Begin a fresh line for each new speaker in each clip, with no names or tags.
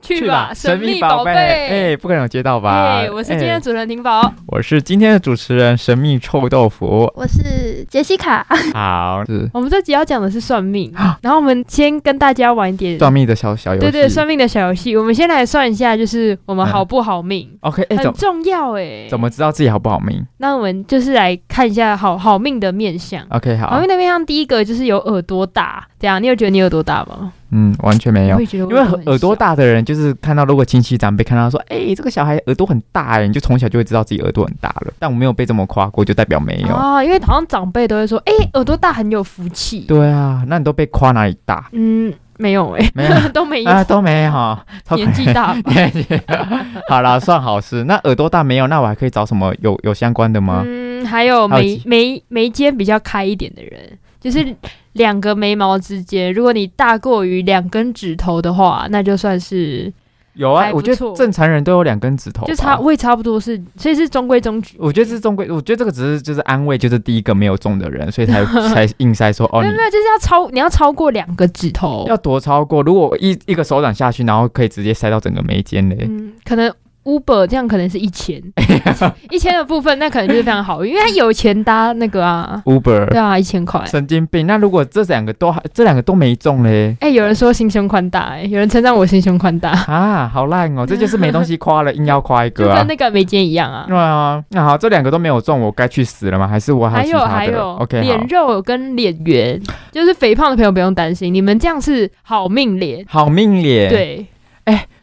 去
吧，
神
秘
宝
贝！
哎，
哎，不可能有接到吧？
我是今天的
哎
主持人婷宝。
我是今天的主持人，神秘臭豆腐。
我是杰西卡，
好，是
我们这集要讲的是算命，然后我们先跟大家玩一点，
啊算命的小小游戏。
对对，算命的小游戏。我们先来算一下，就是我们好不好命，
OK，哎，
很
怎
重要哎。
怎么知道自己好不好命
那我们就是来看一下好好命的面相。
？OK，
好
好
命，的面相第一个就是有耳朵大，怎样？你有觉得你耳朵大吗？
嗯，完全没有
我。也觉得我
因为
很
耳朵
小，
大的人，就是看到如果亲戚长辈看到说，哎、这个小孩耳朵很大哎，你就从小就会知道自己耳朵很大了。但我没有被这么夸过，就代表没有。
啊，因为好像长辈都会说，哎，耳朵大很有福气。
对啊，那你都被夸哪里大？
嗯，没有哎，
没有
都没有，
啊，都没有，超可
年纪 大吧。
年纪 好啦，算好事。那耳朵大没有，那我还可以找什么有有相关的吗？
嗯，还有
还
眉
有几嗯
眉眉间比较开一点的人，就是两个眉毛之间，如果你大过于两根指头的话，那就算是
有啊
还，不
我觉
错
得正常人都有两根指头吧，
就差我也差不多是，所以是中规中矩。
我觉得这是中规，我觉得这个只是就是安慰，就是第一个没有中的人，所 以才才硬塞说哦，
没
你
有没有，就是要超你要超过两个指头，
要多超过，如果一一个手掌下去，然后可以直接塞到整个眉间嘞。
嗯，可能 Uber 这样可能是一 千，一千的部分那可能就是非常好，因为他有钱搭那个啊，对
Uber，
啊，一千块。
神经病。那如果这两个都这两个都没中嘞？
哎、有人说心胸宽大、哎，有人称赞我心胸宽大，
啊，好烂哦！这就是没东西夸了，硬要夸 一
就
个啊
跟。那个眉间一样啊。
对啊，那好，这两个都没有中，我该去死了吗？还是我
还
有
有
其
还
他的
有
？OK，
脸
好，
肉跟脸圆，就是肥胖的朋友不用担心，你们这样是好命脸。
好命脸。，
对，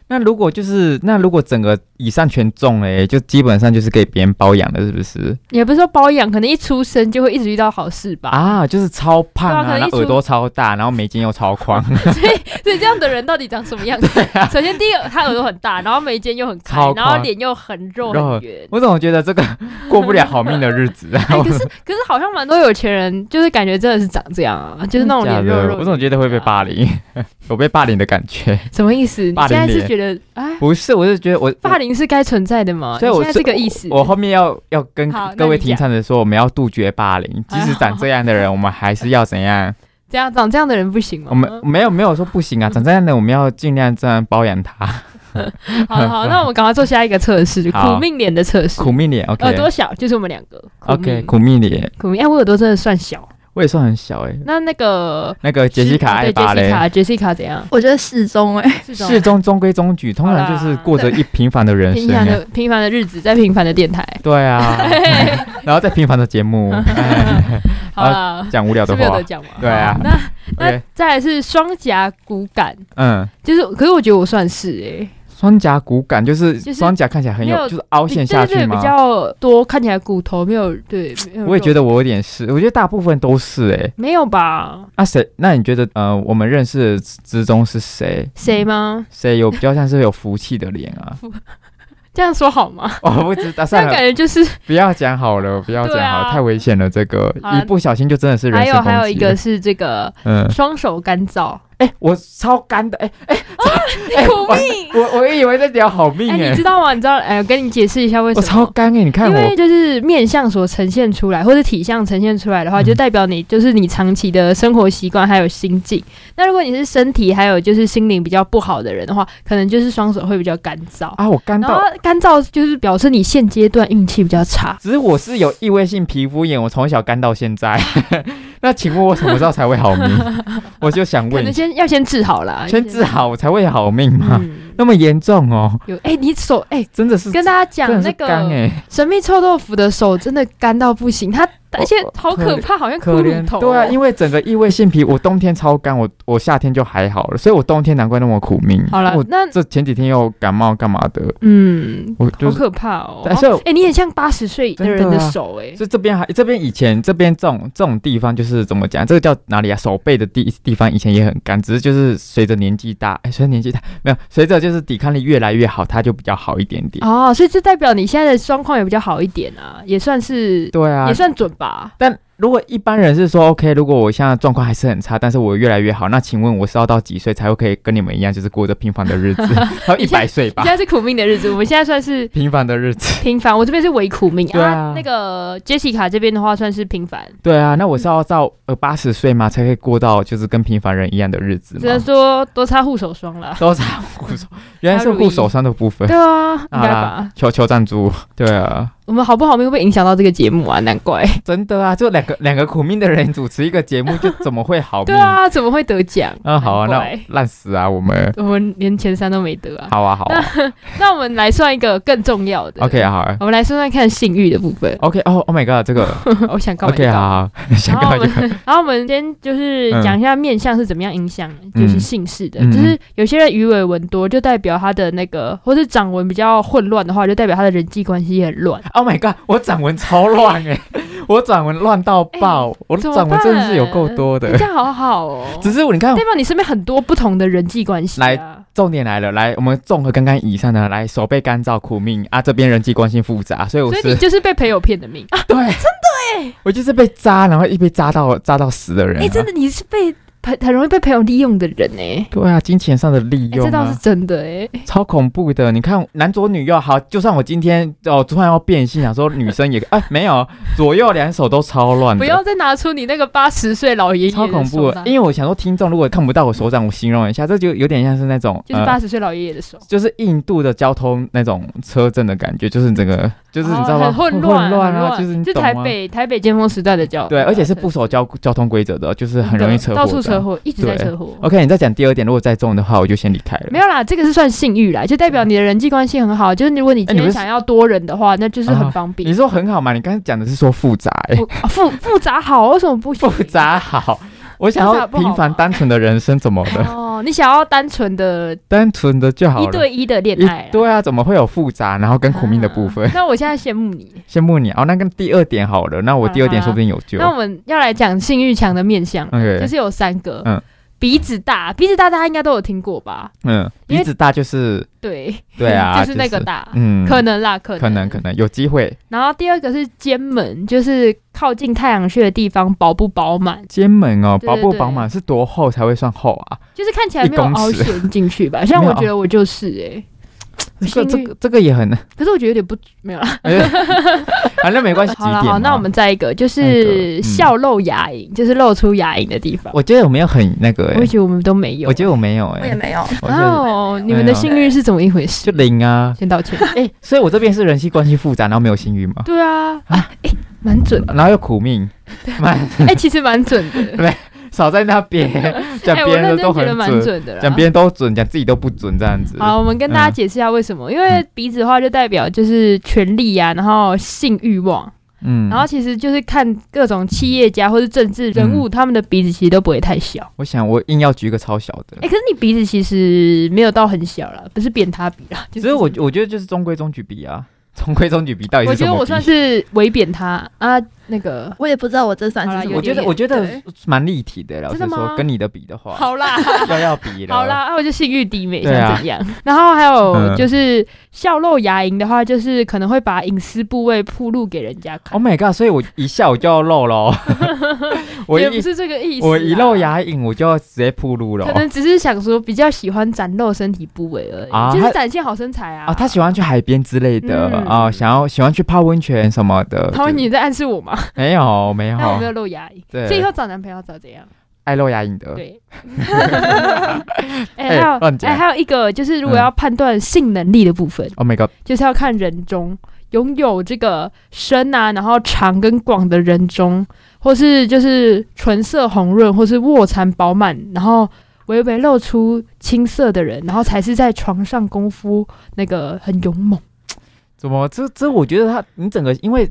那如果就是那如果整个以上全中嘞，就基本上就是给别人包养了，是不是？
也不是说包养，可能一出生就会一直遇到好事吧。
啊，就是超胖
对啊可
啊，
能
然
一出
后耳朵超大，然后眉间又 超宽，
所以这样的人到底长什么 样子？首先第一个，他耳朵很大，然后眉间又很开
啊超，
然后
宽
脸又很肉
肉
很圆。
我总觉得这个过不了好命的日子啊。
哎、 可是可是好像蛮多有钱人，就是感觉真的是长这样 啊，就是那种
假
脸肉
的
肉。啊
我总觉得会被霸凌， 有被霸凌的感 觉。
什么意思？你
霸
现
凌
在是
脸
觉得哎，
不是，我是觉得我
霸凌是该存在的吗？
所以我
你现在
是
这个意思。
我后面要要跟
好那
各位
你
停
讲啊
产的说，我们要杜绝霸凌。即使长这样的人，我们还是要怎 样？
这样长这样的人不行吗？
我们没有没有说不行啊，长这样的我们要尽量这样包养他。
好好，那我们赶快做下一个测试，
好
苦命脸的测试。
苦命脸，OK
耳朵小哦就是我们两个。苦
OK，
命
苦命脸，
苦命，哎，我耳朵真的算小。
我也算很小哎。
那那个
那个杰西卡
哦
哎爱
对
芭
杰西
蕾，
卡，杰西卡怎样？
我觉得适中哎、
是
适中中规中矩，通常就是过着一平凡的人
平
生
凡
欸。
的平凡的日子，在平凡的电台。
对啊，然后再平凡的节目，哎
好了，
讲无聊
是
的
没有得
话。
讲嘛？
对啊
好那那
OK，
再来是双颊骨感，
嗯，
就是，可是我觉得我算是哎，双
双颊骨感就是
就是
双颊看起来很
没
有，
有
就是凹陷下
对
去
对对
吗
比？较多，看起来骨头没有对，没有肉
我也觉得我有点是，我觉得大部分都是哎、欸。
没有吧？
那、谁？那你觉得呃，我们认识的之中是谁？
谁吗？
谁有比较像是有福气的脸啊？
这样说好吗？
我不知道，
这
算
样感
了，
觉就是
不要讲好了，不要讲
对
好了，
啊
太危险了。这个
好啊
一不小心就真的是人
还
身
有
攻击。
还有一个，是这个
嗯，
双手干燥，
哎、我超干的，哎、
哎、苦命！
我我以为在聊好命
哎、
哎、
你知道吗？你知道？哎、我跟你解释一下为什
我
么。
超干哎、你看
因
我
为就是面相所呈现出来，或者体相呈现出来的话，
嗯
就代表你就是你长期的生活习惯还有心境。那如果你是身体还有就是心灵比较不好的人的话，可能就是双手会比较干燥，
啊，我干
然后
到，
干燥就是表示你现阶段运气比较差。
只是我是有异位性皮肤炎，我从小干到现在。 那请问我什么时候才会好 命？我就想
可
问一
能
下。
先要先治好啦，
先治好我才会好命吗？
嗯，
那么严重哦，
有哎、你手哎、
真的是
跟大家
真
讲
的是
那个
干哎、
神秘臭豆腐的手真的干到不行，它而且好
哦可
可怕，好像骷
可
髅
怜
头哦。
对啊，因为整个异位性皮，我冬天超干，我我夏天就还好了，所以我冬天难怪那么苦命。
好了
我，
那
这前几天又感冒干嘛的，
嗯，
我就
好
是。
可怕哦。
但是我
哎，你很像八十岁的人
真
的
的啊
手哎，
就这边还这边以前这边这种这种地方就是怎么讲，这个叫哪里啊？手背的地地方以前也很干，只是就是随着年纪大，哎，随着年纪大没有，随着就是抵抗力越来越好，它就比较好一点
哦
点。
哦，所以这代表你现在的状况也比较好一点啊，也算是
对啊
也，算准吧。
但如果一般人是说 OK，如果我现在状况还是很差，但是我越来越好，那请问我是要到几岁才会可以跟你们一样，就是过着平凡的 日子？还有一百岁吧
现，在是苦命的日子，我们现在算是
平凡的日子。
平凡，我这边是为苦命
对啊
那个 Jessica 这边的话算是平凡，
对啊，那我是要到呃八十岁吗，才可以过到就是跟平凡人一样的日子
只能
吗？
说多擦护手霜啦。
都在护手，原来是护手上的部分
对。啊，应该
好
吧
啦？，求求赞助。对啊，
我们好不好命会被影响到这个节目啊？难怪。
真的啊，就两个两个苦命的人主持一个节目，就怎么会好命？
对啊，怎么会得奖？
嗯，好啊，
难
那
怪
烂死啊，我们
我们连前三都没得啊。
好啊，好 啊
那我们来算一个更重要的。
，OK 啊好啊
我们来算算看性欲的部 分。
，OK 哦，Oh my god，这个
我想告白
OK 好，好 想
然后
告
我
就
们，然后我们先就是讲一下面相是怎么样影响，就是姓氏的。
嗯
就是有些人鱼尾纹多，就代表他的那个，或是掌纹比较混乱的话，就代表他的人际关系很乱。
Oh my god，我掌纹超乱哎， 我掌纹乱到爆，我的
怎么
掌纹真的是有够多
欸
的
这。样好好哦。
只是我你看，
代表你身边很多不同的人际关系、啊。
重点来了，来，我们综合刚刚以上的，来手背干燥苦命啊，这边人际关系复杂，所以我
所以
哦是
你就是被朋友骗的命。
对，真啊的哎，我就是被扎，然后一被扎到扎到死的人
哎、
啊。
真的你是被很很容易被朋友利用的人哎、
对啊，金钱上的利
哎这
用
倒是
啊，
真的哎、
超恐怖的。你看男左女右，好，就算我今天哦突然要变性，想说女生也 哎没有，左右两手都超乱
不
的，
要再拿出你那个八十岁老爷爷的
超恐怖
手
的。
啦
因为我想说，听众如果看不到我手掌，我形容一哎下，这就有点像是那种
就是
呃
八十岁老爷爷的手，
就是印度的交通那种车震的感觉，就是整个就是你知道
哦
吗？
很混
乱
乱，很
啊，就是你
就
懂
台
吗？
北台北尖峰时代的交
对，而且是不守交交通规则的，就是很容易车祸，
到处车。祸，一直在
对
车祸。
OK，你再讲第二点，如果再中的话，我就先离开了。
没有啦，这个是算性欲啦，就代表你的人际关系很好。就是如果你今
哎你
天
们
想要多人的话，那就是很
啊
方便
你。说很好嘛？你刚才讲的是说复杂、欸，
复啊复复杂好，为什么不行
复杂好。我想要平凡单纯的人生，怎么了？
哦，你想要单纯的
单纯的就好
一
了。
对一的恋爱啦，
一对啊，怎么会有复杂，然后跟苦命的部分
啊？那我现在羡慕你。
羡慕你哦。那跟第二点好了，那我第二点说不定有救。
啊那我们要来讲性欲强的面相，就
OK，
是有三个。
嗯
鼻子大，鼻子大，大家应该都有听过吧？
嗯，
因为
鼻子大就是
对，
对 啊，
就是那个大，
嗯，
可能啦，可能
可能可能有机会。
然后第二个是肩门，就是靠近太阳穴的地方饱不饱满，
肩门哦，
对
薄不
对
饱满是多厚才会算厚啊？
就是看起来没有
一公
凹
尺
陷进去 吧。像
没
我
有
觉得我就是哎、我
这
幸
个这
运
个这个也很，
可是我觉得有点不没有啦。
哎呀 反正没关系。几
好了
点
好，
啊
那我们再一个就
那
是
个嗯
笑露牙龈，就是露出牙龈的地方。
我觉得我没有很那个
我也
欸，
觉得我们都没有，
我觉得我没有
我也
哎，
没有，
我觉得
哦，你们的性欲是怎么一回事
就？零啊。
先道 歉。
哎、所以我这边是人际关系复杂，然后没有性欲嘛，
对啊，啊，哎，蛮准的，
然后又苦命， 蛮
哎，其实蛮准的。
少在那 边讲
哎，我
别人
认
的都
真觉
很
得蛮
准，
准的啦。啊
讲别人都准，讲自己都不准这样子。
好，我们跟大家解释一下为什
嗯
么，因为鼻子的话就代表就是权力啊，然后性欲望，
嗯，
然后其实就是看各种企业家或是政治人
嗯
物，他们的鼻子其实都不会太小。
我想我硬要举一个超小的，
哎，可是你鼻子其实没有到很小啦，不是扁塌鼻啦，
其
就
实我我觉得就是中规中矩比啊， 中规中矩比到底
我
是
觉
什
得
么
我
比？
算是微扁塌啊，那个
我也不知道我这算是什
有
么
我
比
觉
点
得我觉得
对
蛮立体的啦，老
真
实
的吗
说，跟你的比的话，
好 啦。
要要比了。
好啦，那、我就性欲低眉，
对啊
想怎样？然后还有
嗯
就是笑露牙龈的话，就是可能会把隐私部位铺露给人家看
，Oh，my god！所以我一下我就要露喽， 我
也不
一
是这个意思。
我一露，牙龈我就要直接铺路了
啊可。能只是想说比较喜欢展露身体部位而已，
啊
就是
他
展现好身材啊。
啊，他喜欢去海边之类的
嗯
啊、想要喜欢去泡温泉什么 的。
他问
就
你在暗示我 吗？
没有没有，
但我没有露牙龈，
对，
所以以后找男朋友找怎样？
爱露牙龈的，
对。哎，还有
乱讲
哎，还有一个就是，如果要判断性能力的部分，
，Oh my god，
就是要看人中拥有这个深啊，然后长跟广的人中，或是就是唇色红润，或是卧蚕饱满，然后微微露出青色的人，然后才是在床上功夫那个很勇猛。
怎么这这？我觉得他你整个，因为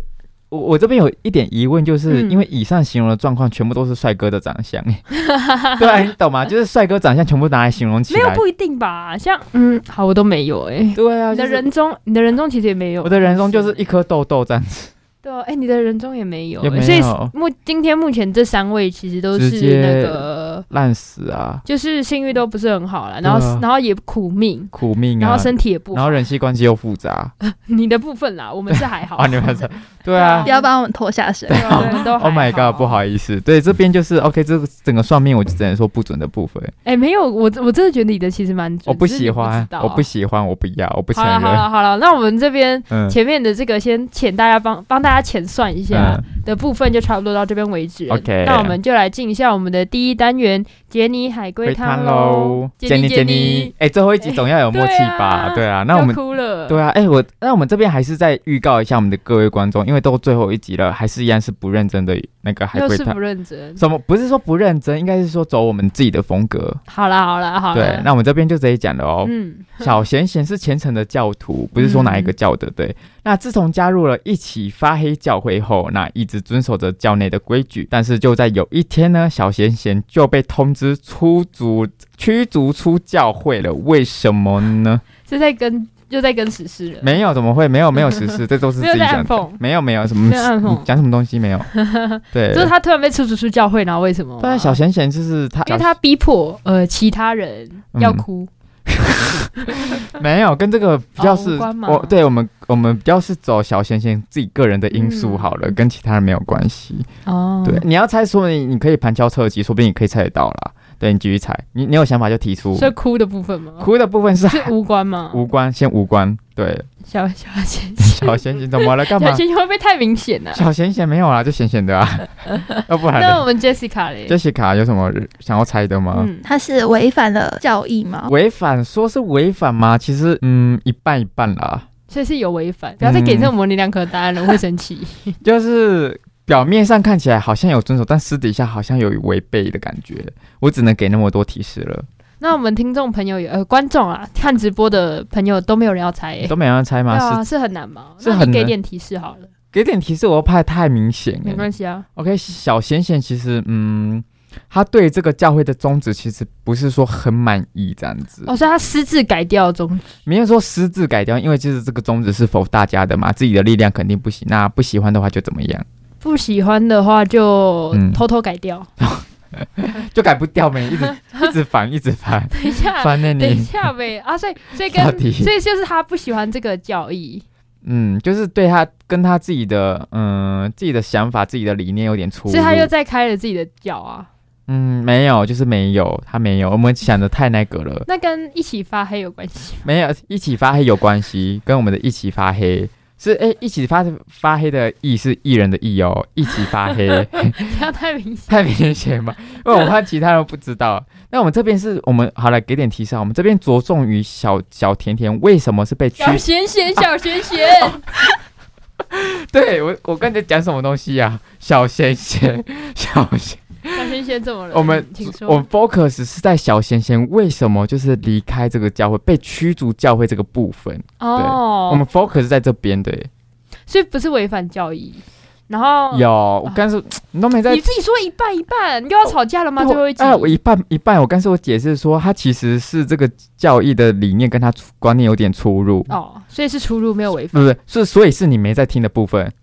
我我这边有一点疑问，就是、
嗯
因为以上形容的状况全部都是帅哥的长 相， 对啊，你懂吗？就是帅哥长相全部拿来形容起
没有
来，
不一定吧，像嗯，好，我都没有哎、
对啊，
你的
就是
人中，你的人中其实也没有。
我的人中就是一颗痘痘这样子，
对啊哦，哎、你的人中也没有、
也
欸，
没
所以
有
目今天目前这三位其实都是
直接
那个的，
烂死啊，
就是性欲都不是很好了，然后、
对啊
然后也苦命，
苦命
然
啊
后，身体也不
然
好
后。人际关系又复杂
你的部分啦，我们是还好，
啊，你们 是对啊
不。要把我们拖下水。
对啊我们都还
Oh my god！不，好意思，对这边就是 OK，这个整个算命我只能说不准的部分，
哎，没有，我我真的觉得你的其实蛮准，
我不
只是你
喜欢
知，道
我不喜欢，我不要，我不承
好了好
认。
了好了，那我们这边
嗯，
前面的这个先浅大家帮帮大家浅算一下
嗯
的部分就差不多到这边为止了。
OK
那我们就来进一下我们的第一单元杰尼海龟汤喽
喽，，杰尼杰尼，，哎，最后一集总要有默契吧？
对啊
对啊，那
要
我们
哭了，
对啊，哎，我那我们这边还是再预告一下我们的各位观众，因为都最后一集了，还是一样是不认真的那个海
又
龟
是
汤
不。认真。
什么？不是说不认真，应该是说走我们自己的风格。
好了好了好了，
对，那我们这边就直接讲了哦。
嗯，
小贤贤是虔诚的教徒，不是说哪一个教的。对，那自从加入了一起发黑教会后，那一直遵守着教内的规矩。但是就在有一天呢，小贤贤就被通知出逐驱逐出教会了。为什么呢？
是在跟又在跟史诗了，
没有，怎么会没有没有实施？这都是
没有
自己
在
讲
暗
的。
讽，
没有没有什么
没有暗讽
你讲什么东西没有？对，
就是他突然被出出出教会，然后为什么？
对啊，小贤贤就是他，
因为他逼迫呃其他人
嗯
要哭，
没有，跟这个比较是，
哦无关吗
我对我们我们比较是走小贤贤自己个人的因素好了，跟其他人没有关系。
哦，
对，你要猜，说不定你可以盘敲侧击，说不定你可以猜得到啦。对你继续猜，你你有想法就提出
所。以哭的部分吗？
哭的部分是
是无嗯关吗？
无关，先无关。 对，
小小贤贤，
小贤贤怎么 了？干嘛
小？贤贤会不会太明显了？
小贤贤没有啦，就闲闲 的啊，要不然
那我
呢
们 Jessica 嘞？
？Jessica 有什么想要猜的吗？
嗯，
他是违反了教义吗？
违反说是违反吗？其实嗯，一半一半啦。
所以是有违反，不要再给这种模棱两可的答案了，我会生气。
嗯就是表面上看起来好像有遵守，但私底下好像有违背的感觉。我只能给那么多提示了，
那我们听众朋友也呃观众啊，看直播的朋友都没有人要猜耶
都，没人猜
对
吗？是
啊，是很难吗？
是
那
很
你给
难
点提示好了，
给点提示，我又怕太明显
没
欸。
关系啊。
OK，小贤贤其实嗯，他对这个教会的宗旨其实不是说很满意这样子，
哦，所以他私自改掉中，
没有说私自改掉，因为其实这个宗旨是否大家的嘛，自己的力量肯定不行，那不喜欢的话就怎么样，
不喜欢的话就
嗯
偷偷改 掉。
就改不掉没，一 直一直烦，一直烦，
等一下，
烦呢
等一
你。
下呗啊，所以所以跟
到底
所以就是他不喜欢这个教义，
嗯，就是对他跟他自己的嗯自己的想法、自己的理念有点出入。
所以他又在开了自己的教啊。
嗯没有，就是没有，他没有。我们想的太那个了，
那跟一起发黑有关 系吗？
没有一起发黑有关系，跟我们的一起发黑是哎、一起发发黑的意是艺人的艺哦，一起发 黑
不要太明显。
太明显吧？因为我怕其他人不知道。那我们这边是我们好了，给点提示啊，我们这边着重于小小甜甜为什么是被驱
小贤贤，小贤 贤，
对我我刚才讲什么东西啊？小贤贤，小贤。
小贤贤怎么了？
我们
请说。
我们 focus 是在小贤贤为什么就是离开这个教会，被驱逐教会这个部分，
哦，
我们 focus 在这边对。
所以不是违反教义，然后
有，我刚是、你都没在
你。自己说一半一半，又要吵架了吗？最后一集，
哎，我一半一半，我刚才我解释说，他其实是这个教义的理念跟他出观念有点出入，
哦，所以是出入没有违
不
反。
是是，所以是你没在听的部 分，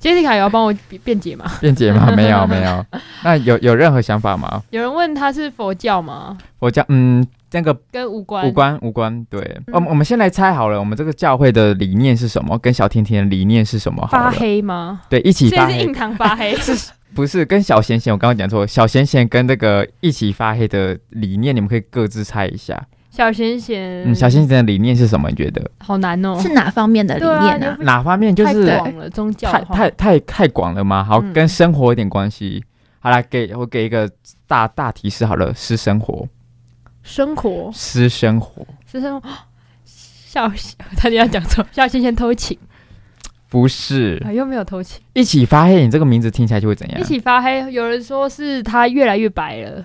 Jessica 也要帮我辩辩解嘛？
辩解 吗？没有没有，那有有任何想法吗？
有人问他是佛教吗？
我讲，嗯，那个
跟无关，
无关无关，对，
嗯
我们我们先来猜好了，我们这个教会的理念是什么，跟小甜甜的理念是什么好
发
了？
黑吗？
对，一起
所
发
以是
黑
印，堂发 黑。
不是跟小贤贤，我刚刚讲错，小贤贤跟那个一起发黑的理念，你们可以各自猜一下。
小贤贤，
嗯，小贤贤的理念是什么？你觉得
好难哦，
是哪方面的理
对啊，
念
你
呢、
又不
哪方面就是
太广了，宗教
太
的话
太太太广了吗？好，
嗯
跟生活有点关系。好啦，给我给一个大大提示好了，私生活，
哦生活
私生活
是生活。 小他就要讲错，小贤贤偷情
不是
啊，又没有偷情，
一起发黑，你这个名字听起来就会怎样
一？起发黑。有人说是他越来越白 了，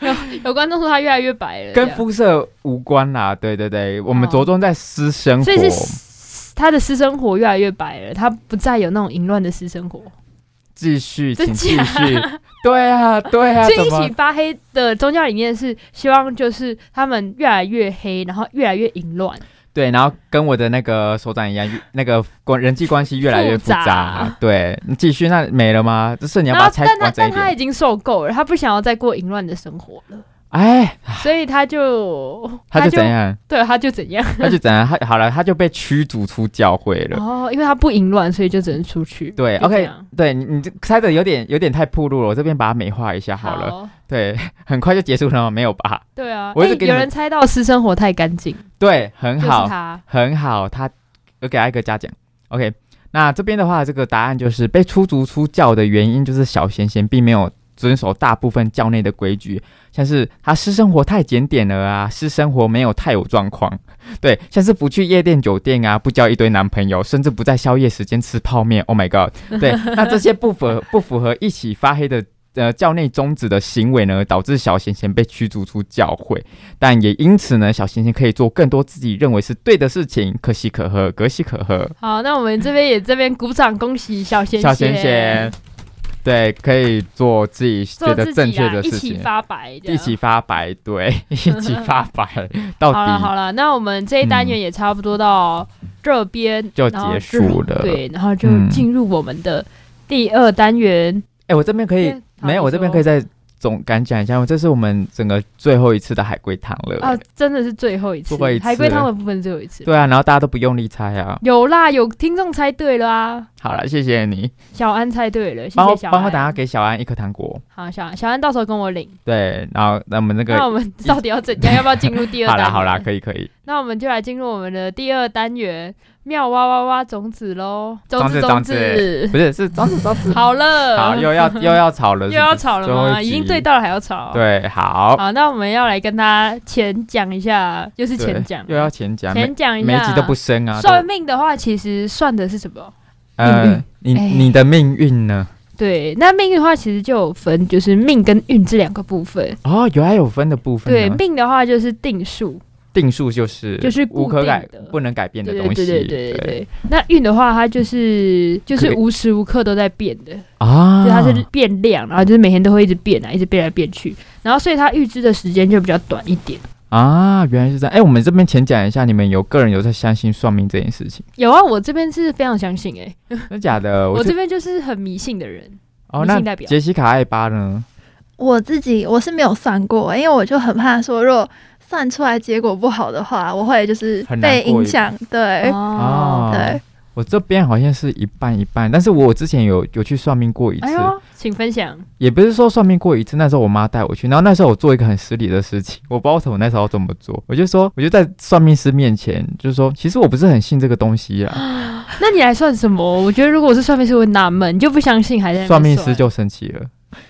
有有观众说他越来越白了，
跟
这样
肤色无关啦，对对对，我们
啊哦
着重在私生活
所。以是私他的私生活越来越白了，他不再有那种淫乱的私生活，
继续，
真
请继
假
续。 对啊，对啊，
所以
怎
一
么
起发黑的宗教理念是希望就是他们越来越黑，然后越来越淫乱，
对，然后跟我的那个手掌一样，越那个关人际关系越来越复
复杂
杂。对，你继续，那没了吗？这是你要
然
把它
后
拆
但他
完整
但
一
他
点。
已经受够了，他不想要再过淫乱的生活了，
哎，
所以他就
他就怎样？
对他就怎 样
他就怎样？他好了，他就被驱逐出教会了。
哦，因为他不淫乱，所以就只能出去。
对
就这
，OK，
样
对你你这猜的有点有点太暴露了，我这边把它美化一下好了。
好
对，很快就结束了吗？没有吧？
对啊，
我一直
诶
给你
有
们
人猜到私生活太干净，
对，很
就是
好，
他
很好，他我给他一个嘉奖。OK，那这边的话，这个答案就是被出逐出教的原因，就是小贤贤并没有遵守大部分教内的规矩，像是他私生活太检点了啊，私生活没有太有状况， 对，像是不去夜店、酒店啊，不交一堆男朋友，甚至不在宵夜时间吃泡面。Oh my god！对，那这些不符合不符合一起发黑的。呃，教内宗旨的行为呢，导致小贤贤被驱逐出教会。但也因此呢，小星星可以做更多自己认为是对的事情，可喜可贺，可喜可贺。
好，那我们这边也这边鼓掌恭喜小贤
小贤贤，对，可以做自己觉
做
得
自
正
己
确
啊，
的
一
事
起
情，
发嗯白这
一
样，
起发白，对， 一起发白，到
好了好
底
了，那我们这一单元也差不多到这边、
嗯就
然后
结
之后
束了。
对，然后就
嗯
进入我们的第二单元。
哎，我这边可以
对，好
没有，
你
我这边
说
可以再总感讲一下，这是我们整个最后一次的海龟汤
啊
了。，
真的是最后一次
最后一次
海龟汤的部分最后一次。
对啊，然后大家都不用力猜啊。
有啦，有听众猜对了啊，
好了，谢谢你，
小安猜对了，谢
帮
谢
我
小
帮我
安。
等下给小安一颗糖果。
好，小安小安到时候跟我领。
对，然后那我们那个
那我们到底要怎样？要不要进入第二
好
单元？
啦好啦，可以可以。
那我们就来进入我们的第二单元“妙哇哇哇种子”喽，种子
种
种
子
子，
不是，是张子张子。
好了，
好，又要又要吵了，
呃又
是不是
要吵了
最后
吗？
一
已
集
经对到了还要吵？，
对，好，
好，那我们要来跟他浅讲一下，又是
对
浅讲，
又要前讲，每
浅讲一下，
每一集都不深啊。都
算命的话，其实算的是什么？
呃，你
哎
你的命运呢？
对，那命运的话，其实就有分，就是命跟运这两个部分。
哦，有还有分的部分
对，
呢。
命的话就是定数，
定数就是
就是固
无可改
定的
不能改变的
对
东
对
西。
对对对对对。那运的话，它就是就是
可以
无时无刻都在变的，
啊，
就它是变量，然后就是每天都会一直变啊，一直变来变去，然后所以它预知的时间就比较短一点。
啊，原来是这样。哎，我们这边前讲一下，你们有个人有在相信算命这件事情？
有啊，我这边是非常相信诶、
真的假的？
我
这
这边就是很迷信的人，
哦，
迷
那
信代表
杰西卡艾巴呢？
我自己我是没有算过，因为我就很怕说，如果算出来结果不好的话，我会就是
很难
被
过一
影响。对、
啊
哦，
对，
我这边好像是一半一半，但是我之前有有去算命过一次
哎，呦，请分享。
也不是说算命过一次，那时候我妈带我去，然后那时候我做一个很失礼的事情，我不知道为什么我那时候这么做，我就说，我就在算命师面前，就是说，其实我不是很信这个东西
哎
啊。
那你还算什么？我觉得如果我是算命师，我会纳闷，你就不相信，还在那边
算命师就生气了，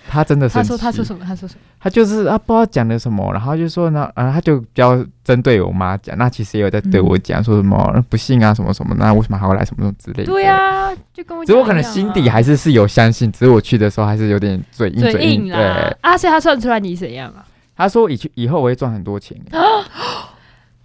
他真的生
他
气，
说他说什么？他说什么？
他就是啊不知道讲的什么，然后就说呢，啊他就比较针对我妈讲，那其实也有在对我讲、说什么不信啊什么什么，那为什么还要来什么什么之类的。
对呀、就跟我讲一样啊。
只是我可能心底还是是有相信，只是我去的时候还是有点嘴硬
嘴
嘴
硬啦
对，。
啊，所以他算出来你怎样啊？
他说以去以后我会赚很多 钱、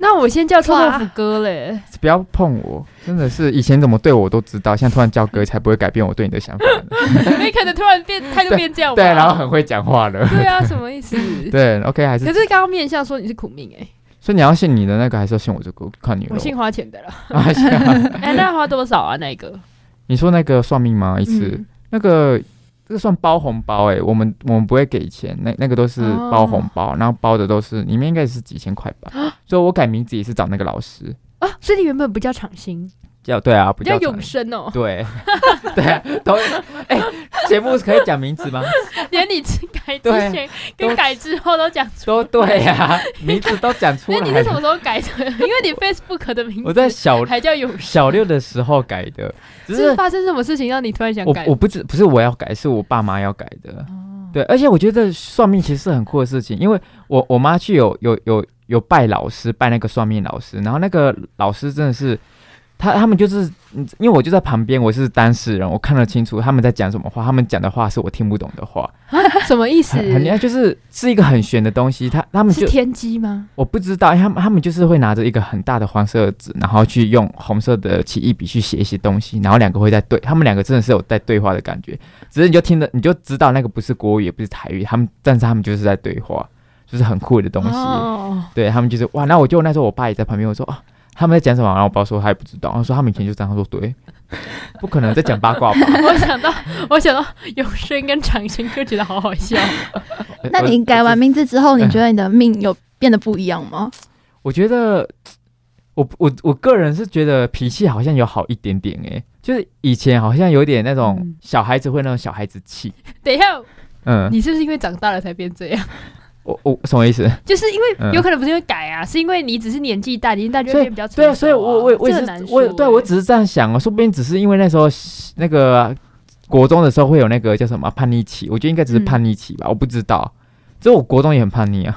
那我先叫臭豆
哇
腐哥 嘞。
不要碰我！真的是以前怎么对我都知道，现在突然叫哥才不会改变我对你的想法呢。
你可能突然变态度变这样吧
对，然后很会讲 话了。
对啊，什么意思？
对，OK，还是
可是刚刚面相说你是苦命哎、
所以你要信你的那个，还是要信我这个？看你了。
我姓花钱的 啦。
啊信啊
哎、那花多少啊？那个
你说那个算命吗？一次、
嗯
那个这个算包红包哎、我们我们不会给钱，那那个都是
哦
包红包，然后包的都是里面应该也是几千块 吧。所以我改名字也是找那个老师
啊，所以你原本不叫长兴，
叫对啊，不
你叫
叫
永生哦、
对对啊，都哎节、目可以讲名字吗？
连你改之
对啊
前
都
跟改之后都讲出
都对呀、名字都讲出
那
来
哎你是什么
了。
时候改的？ 因为你 Facebook 的名
我
字
在小
还叫永，
小六的时候改的，只
是
是
发生什么事情让你突然想
我
改？
我不知不是我要改，是我爸妈要改的。
哦
对，而且我觉得算命其实是很酷的事情，因为我我妈去有有有有拜老师，拜那个算命老师，然后那个老师真的是。他他们就是，嗯因为我就在旁边，我是当事人，我看得清楚他们在讲什么话，他们讲的话是我听不懂的话，
什么意思？
很很厉害，就是是一个很玄的东西。他他们就是
天机吗？
我不知道，因为他们他们就是会拿着一个很大的黄色的纸，然后去用红色的奇异笔去写一些东西，然后两个会在对，他们两个真的是有在对话的感觉，只是你就听着你就知道那个不是国语也不是台语，他们但是他们就是在对话，就是很酷的东西。
哦，
对他们就是哇，那我就那时候我爸也在旁边，我说哦，他们在讲什么？然后我爸说他也不知道，他说他们以前就这样他说，对，不可能在讲八卦吧？
我想到，我想到永生跟长生，就觉得好好笑。
那你改完名字之后，你觉得你的命有变得不一样吗？
我觉得，我我我个人是觉得脾气好像有好一点点诶、就是以前好像有点那种
嗯
小孩子会那种小孩子气，
等一下，
嗯，
你是不是因为长大了才变这样？
我我什么意思？
就是因为
嗯
有可能不是因为改啊，是因为你只是年纪大，年纪大就会
所以
变比较成熟
对
啊、
啊，所以我我我也
这
是
很难说
我对我
欸
只是这样想啊，说不定只是因为那时候那个国中的时候会有那个叫什么叛逆期，我觉得应该
嗯
只是叛逆期吧，我不知道。就我国中也很叛逆 啊，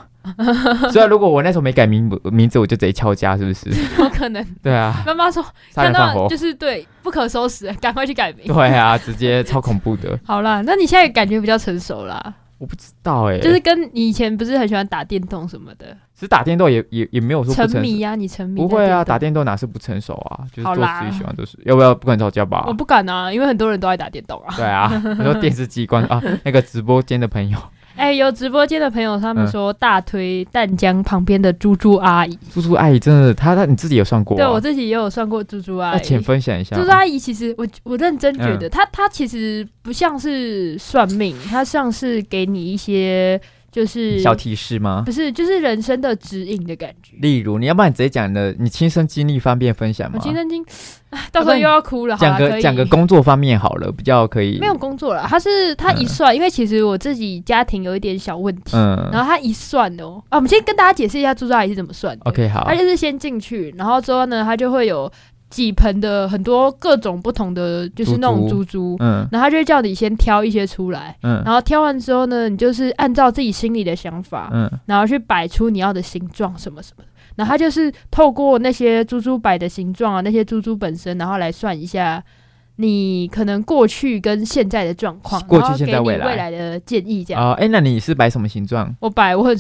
所以如果我那时候没改名名字，我就直接敲家，是不是？
有可 能
对啊，
妈妈说看
杀人放
到
火
就，是对不可收拾，赶快去改名。
对啊，直接超恐怖的。
好啦，那你现在感觉比较成熟啦，
我不知道哎、
就是跟你以前不是很喜欢打电动什么的，
只是打电动也也也没有说不
沉
成
迷
熟，
呀、你沉迷
不会啊，打
电
电动哪是不成熟啊？就是
好
做
啦
自己喜欢的事，要不要不敢吵架吧
动，我？不敢啊，因为很多人都爱打电动啊。
对啊，很多电视机关啊，那个直播间的朋友，
哎、有直播间的朋友他们
嗯
说大推淡江旁边的猪猪阿姨，
猪猪阿姨真的，她她你自己有算过、啊？
对我自己也有算过猪猪阿
那
姨。
请分享一下。
猪猪阿姨其实我我认真觉
嗯
得，她她其实不像是算命，她像是给你一些就是
小提示吗？
不是就是人生的指引的感觉。
例如，你要不然你直接讲你的你亲身经历方便分享
我
吗？
亲身 经，哎，到时候又要哭了。好啦
讲
可
个
以
讲个工作方面好了，比较可以。
没有，工作了，他是他一算，因为其实我自己家庭有一点小问题，然
嗯
后他一算哦，啊，我们先跟大家解释一下猪猪阿姨是怎么算的。
，OK，好
他，就是先进去，然后之后呢，他就会有几盆的很多各种不同的，就是那种猪
猪
猪，
嗯
然后他就会叫你先挑一些出来，
嗯
然后挑完之后呢，你就是按照自己心里的想法，
嗯，
然后去摆出你要的形状什么什么的。然后他就是透过那些猪猪摆的形状啊，那些猪猪本身，然后来算一下你可能过去跟现在的状况，
过去
然后
现在
给你
未来
未来的建议这样。
哦，哎，那你是摆什么形状？
我摆我很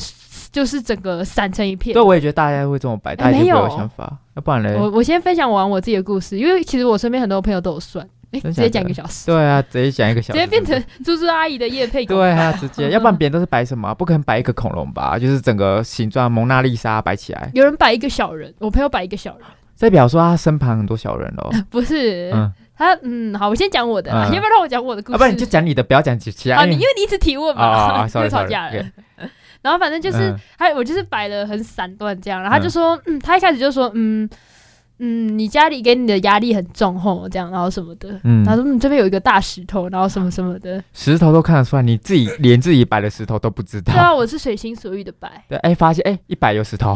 就是整个散成一片
对，。我也觉得大家会这么摆，大家就
哎没
会
有
有想法。要不然嘞，
我我先分享完我自己的故事，因为其实我身边很多朋友都有算，诶，
真
哎直
假的
接讲一个小时，
对啊，直接讲一个小
直
时，
接变成猪猪阿姨的夜配。
对啊，，直接，要不然别人都是摆什么啊？不可能摆一个恐龙吧？就是整个形状蒙娜丽莎摆起来，
有人摆一个小人，我朋友摆一个小人，
代表说他身旁很多小人哦喽。
不是、
嗯，
他，嗯，好，我先讲我的啦，
嗯
要不要让我讲我的 故事？
要不然你就讲你的，不要讲其其
啊，
他。
你因为你一直提问
啊
嘛，
啊
就会
sorry，
吵
sorry，
架了
okay。
然后反正就是
嗯，
他，我就是摆的很散乱这样，然后他就说，嗯，他一开始就说，嗯嗯，你家里给你的压力很重吼，这样，然后什么的。
嗯
他说：“嗯，这边有一个大石头，然后什么什么 的。
石头都看得出来，你自己连自己摆的石头都不知
对啊，
道。
我是随心所欲的摆。
对，哎，发现哎，一摆有 石头，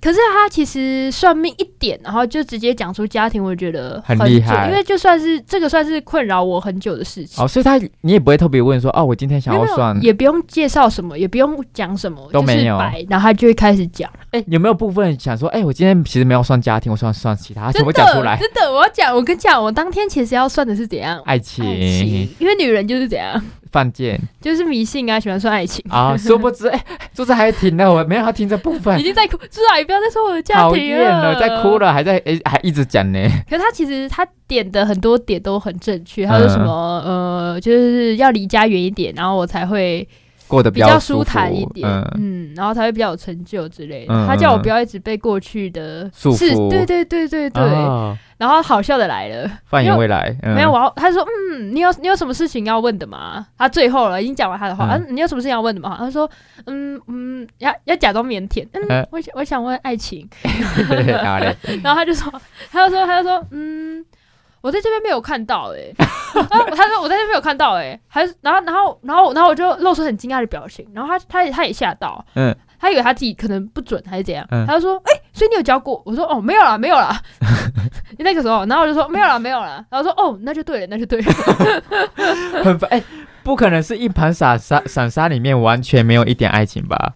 可是他其实算命一点，然后就直接讲出家庭，我觉得
很
久
厉害
因为就算是这个算是困扰我很久的事情。
哦，所以他你也不会特别问说，哦，我今天想
没有
要
没有
算，
也不用介绍什么，也不用讲什么，
都没有
就是摆，然后他就会开始讲。
哎，有没有部分想说，哎，我今天其实没有算家庭，我算算其他，全
真
部
的
讲出来，哎
真的，我要讲，我跟你讲，我当天其实要算的是怎样
爱
爱
情、
因为女人哎就是怎样，
犯贱
就是迷信啊，喜欢算爱 情。
啊，殊不知，哎，桌子还停了，我没有要听这部分
已，经在哭，至少也不要再说我的家
哎讨
庭
厌了，在哭
了。
了，还在哎，还一直讲呢，
可是他其实他点的很多点都很正
嗯
确，他说什么、呃，就是要离家远一点，然后我才会
过得
比较
舒
舒
服
坦一点，
嗯，
嗯然后才会比较有成就之类的。
嗯
他叫我不要一直被过去的
束
事
缚，
对对对对嗯对。
哦，
然后好笑的来了，
放
没
眼
有
未来，嗯
没有，我要他说，嗯，你有你有什么事情要问的吗？他最后了，已经讲完他的话，
嗯
嗯、你有什么事情要问的吗？他说，嗯嗯，要要假装腼腆，嗯
嗯，
我想我想问爱情，
好嘞，
然后他就说，他就说他就说，嗯，我在这边没有看到哎、欸，他他说我在这边没有看到哎、欸，还是然后然后然后然后我就露出很惊讶的表情，然后他他也他也吓到，
嗯
他以为他自己可能不准还是怎样，
嗯
他就说：“哎、所以你有教过？”我说：“哦，没有啦，没有啦。” 那个时候，然后我就说：“没有啦，没有啦。”然后说：“哦，那就对了，那就对了。”
很烦哎、不可能是一盘散沙散沙里面完全没有一点爱情吧？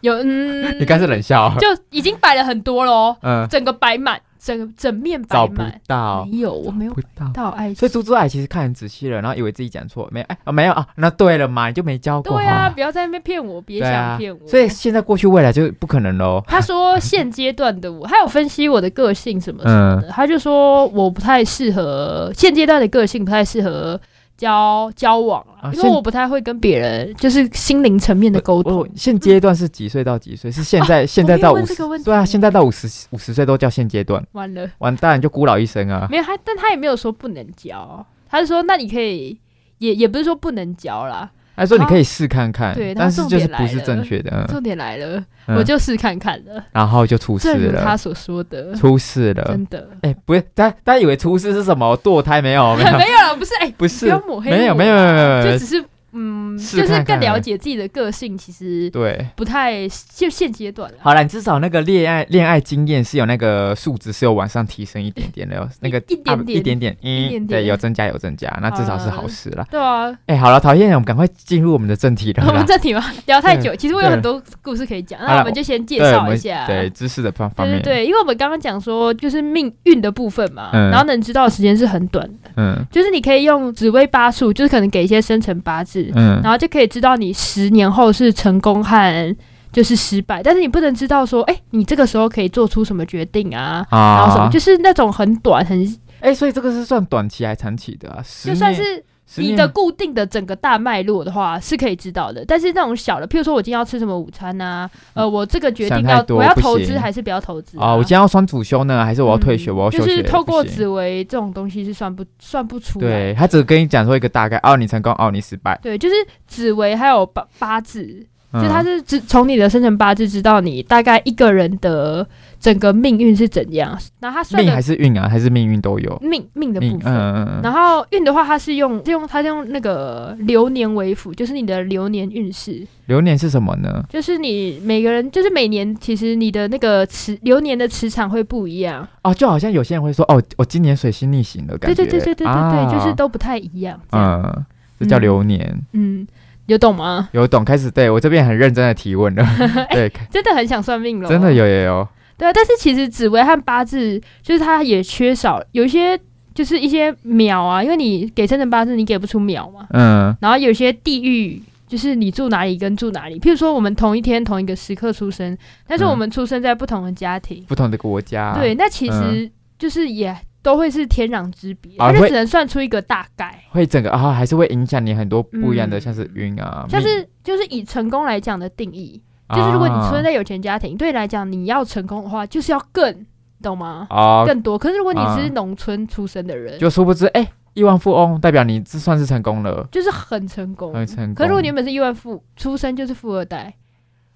有嗯，
你刚是冷笑，
就已经摆了很多喽，
嗯，
整个摆满，整整面摆
找不
满，
到，
没有，我没有
不到。
到爱情
所以。猪猪爱其实看很仔细了，然后以为自己讲错，没有哎、哦没有啊，那对了嘛，你就没教过
对啊，
哈，
不要在那边骗我，别
对
想
啊
骗我。
所以现在过去未来就不可能喽。
他说现阶段的我，他有分析我的个性什么什么
嗯
的，他就说我不太适合现阶段的个性不太适合交交往啦
啊
因为
现
我不太会跟别人就是心灵层面的沟
我
通
我。现阶段是几岁到几岁？是现在、现在到
我没有问
五
这
十
个问？题
对啊，现在到五十五十岁都叫现阶段，
完了，
完蛋就孤老一生啊！
没有他，但他也没有说不能交，他是说那你可以，也也不是说不能交啦。
他说你
然后
可以试看看，
对然后
但是就是不
重点
是
来了
正确的，嗯
重点来了，
嗯
我就试看看了，
然后就出
正
事
如他
了，
所说的，
出事了
真。的
哎、不是，大家大家以为出事是什么堕胎没有 没有
没有了，不是哎，
不
不
是
要抹黑我啦，
没有没有没有没有没有
就只是嗯，
试
就是
看看
更
而
了
已
解自己的个性，其实
对。
不太就现阶段啦。
好了，你至少那个恋爱恋爱经验是有那个数值是有往上提升一点点的哦，那个
一点
up
点
一点点，嗯，
一点点
对，有增加有增加，那至少是
好
好
啦
事啦。
对啊，
哎、好了，讨厌人，我们赶快进入我们的正题了
我
啦
们。这题嘛聊太
对
久，其实我有很多故事可以讲，
嗯好
那
啦
我们就先介
对我
绍
们
一下。
对知识的方方
对
面
呃对，对，因为我们刚刚讲说就是命运的部分嘛，
嗯
然后能知道的时间是很短的，
嗯
就是你可以用紫微八术，就是可能给一些生辰八字，
嗯
然后就可以知道你十年后是成功和就是失败，但是你不能知道说，哎，你这个时候可以做出什么决定啊，然后什么，
啊，
就是那种很短很，
哎、所以这个是算短期还长期的啊？十
就算
年
是
十
你
年
的固定的整个大脉络的话是可以知道的，但是那种小的，譬如说我今天要吃什么午餐呐、呃，我这个决定
嗯想太
要
多
我要
不
投
行
资还是不要投资
啊，我今天要双主修呢，还是我要退学？
嗯
我要休学？
就是透过
不行
紫薇这种东西是算不算不出来的。
对他只跟你讲说一个大概，哦，你成功，哦，你失败，
对，就是紫薇还有八八字，
嗯、
就它是只从你的生辰八字知道你大概一个人的整个命运是怎样，然后它算
命还
的
是运啊，还是命运都有。
命命的
命
部，分。
嗯嗯嗯
然后运的话，它是用是用它是用那个流年为辅，就是你的流年运势，
流年是什么呢？
就是你每个人就是每年其实你的那个磁流年的磁场会不一样，
哦，就好像有些人会说，哦，我今年水星逆行了，感
对
觉。
对对对对对对，
啊
就是都不太一样。这样
嗯，这叫
嗯
流年。
嗯，有懂吗？
有懂，开始对我这边很认真的提问了， 对，
真的很想算命了，
真的有有有，
对啊。但是其实紫薇和八字就是它也缺少有一些就是一些秒啊，因为你给生辰八字你给不出秒嘛，
嗯
然后有些地域。就是你住哪里跟住哪里，譬如说我们同一天同一个时刻出生，但是
嗯
我们出生在不同的家庭，
不同的国家，
对，，那其实就是也都会是天壤之别，
嗯啊
它就
会
只能算出一个大概。
会整个啊，还是会影响你很多不一样的，
嗯
像是运啊，
像
命
是就是以成功来讲的定义，就是如果你出生
啊
在有钱家庭，对你来讲你要成功的话，就是要更，懂吗？
哦，
更多。可是如果你
啊
是农村出生的人，
就殊不知哎，亿万富翁代表你这算是成功了，
就是很成功。
很成功。
哦可是如果你原本是亿万富，出生就是富二代，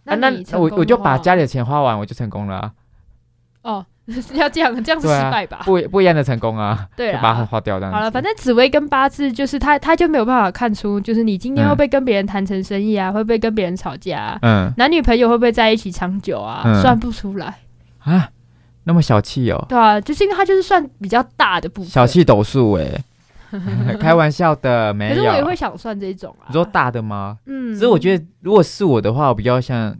啊那
你成
我
功
我就
的
把
话
家里的钱花完，我就成功了啊，
哦， 是要这样，这样是
对啊
失败吧？
不不一样的成功啊，
对
就把它
啦。
花掉这样子。
好了，反正紫薇跟八字就是他，他就没有办法看出，就是你今天
嗯
会不会跟别人谈成生意啊，会不会跟别人吵架、啊，
嗯
男女朋友会不会在一起长久啊，
嗯
算不出来。
啊，那么小气哦，
对啊，就是因为它就是算比较大的部分。
小气斗数哎， 开玩笑的，没
可是我也
有
会。想算这种啊。
啊你说大的吗？
嗯，
所以我
得
觉得，如果是我的话，我比较像，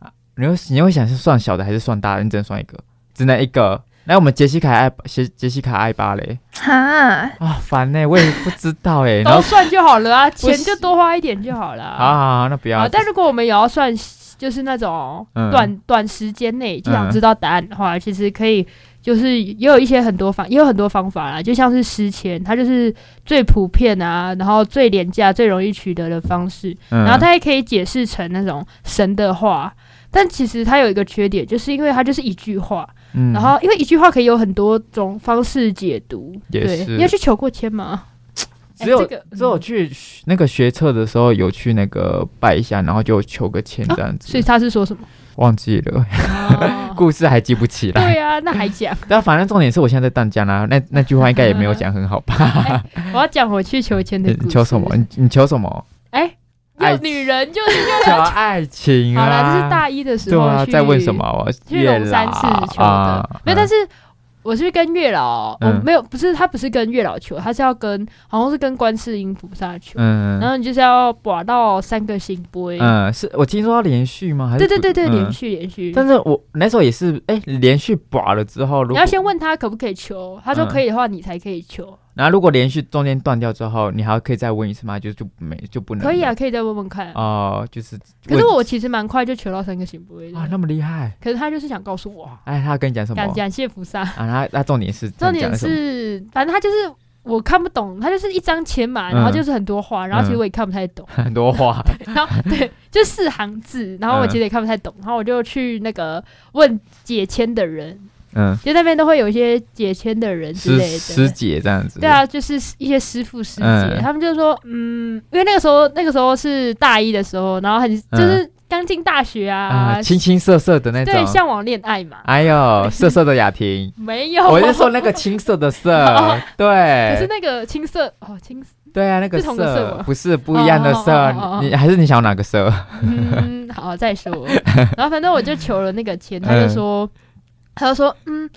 啊你会你会想是算小的还是算大的？你只能算一个，只能一个。来，我们杰西卡艾杰杰西卡艾巴雷
哈，
啊，烦呢、我也不知道哎、 然
都
后
算就好了啊，钱
是
就多花一点就好了
好
啊。
好好，那不要
啊，。但如果我们也要算，就是那种
嗯
短、短时间内就想
嗯
知道答案的话，其实可以，就是也有一些很多方，也有很多方法啦，就像是诗签，它就是最普遍啊，然后最廉价、最容易取得的方式，
嗯
然后它也可以解释成那种神的话。但其实它有一个缺点，就是因为它就是一句话，
嗯
然后哎因为一句话可以有很多种方式解读。
也
对，
是
你要去求过签吗？
只有、
哎这个
只有
嗯
去学那个学测的时候有去那个拜一下，然后就求个签
啊
这样
所
子，
以他是说什 么？
忘记了，
哦
故事还记 不起来。
对啊，那还讲。
但反正重点是我现在在淡江啦、啊那那句话应该也没有讲很好 吧？
哎我要讲我去求签的
你
故事。
求什么？？你你求什 么？
哎、
爱
有女人就是
求爱情
好
啊！
啦，这是大一的时
对
候
啊，
去
在问什么？我
去
月
龙山寺
老
求的
啊，
没有，但
嗯
是我是跟月老，我
嗯
没有，不是他不是跟月老求，他是要跟好像是跟观世音菩萨求，然
嗯
后你就是要把到三个星杯，
嗯，是我听说要连续吗？还是
对对对对，
不
连
嗯
续连续。
但是我那时候也是，哎，连续拔了之后，如
你
果
要先问他可不可以求，他说
嗯
可以的话，你才可以求。
然后如果连续中间断掉之后，你还可以再问一次吗？就就没就不能
可以啊，可以再问问看。
哦，就是
可是
嗯问
我其实蛮快就求到三个星杯的
啊，那么厉害，
可是他就是想告诉我，
哎，他跟你讲什么
感
啊？
感谢菩萨。
他他重点是
重
你讲
点
的什么
是，反正他就是我看不懂，它就是一张钱码，
嗯
然后就是很多话，然后其实我也看不太懂，
很多话，
然后对，就四行字，然后
嗯
我其实也看不太懂，然后我就去那个问解签的人，
嗯，
就那边都会有一些解签的人之
师
类
师
的。
姐这样子，
对啊，就是一些师傅师姐，
嗯
他们就说，嗯，因为那个时候那个时候是大一的时候，然后很就是刚进大学啊，
嗯啊，青青涩涩的那
对，
种，
向往恋爱嘛，，
哎呦，涩涩的雅婷
没 有，
我是说那个青涩的 涩
哦，可是
对，
那个青涩哦，青涩，
对啊，那个
是同个色
涩
吗
不是不一样的
哦
涩
哦哦哦哦，
你还是你想要哪个涩？
嗯，好再说。 然后反正我就求了那个钱，
嗯
他就说，嗯他就说，嗯，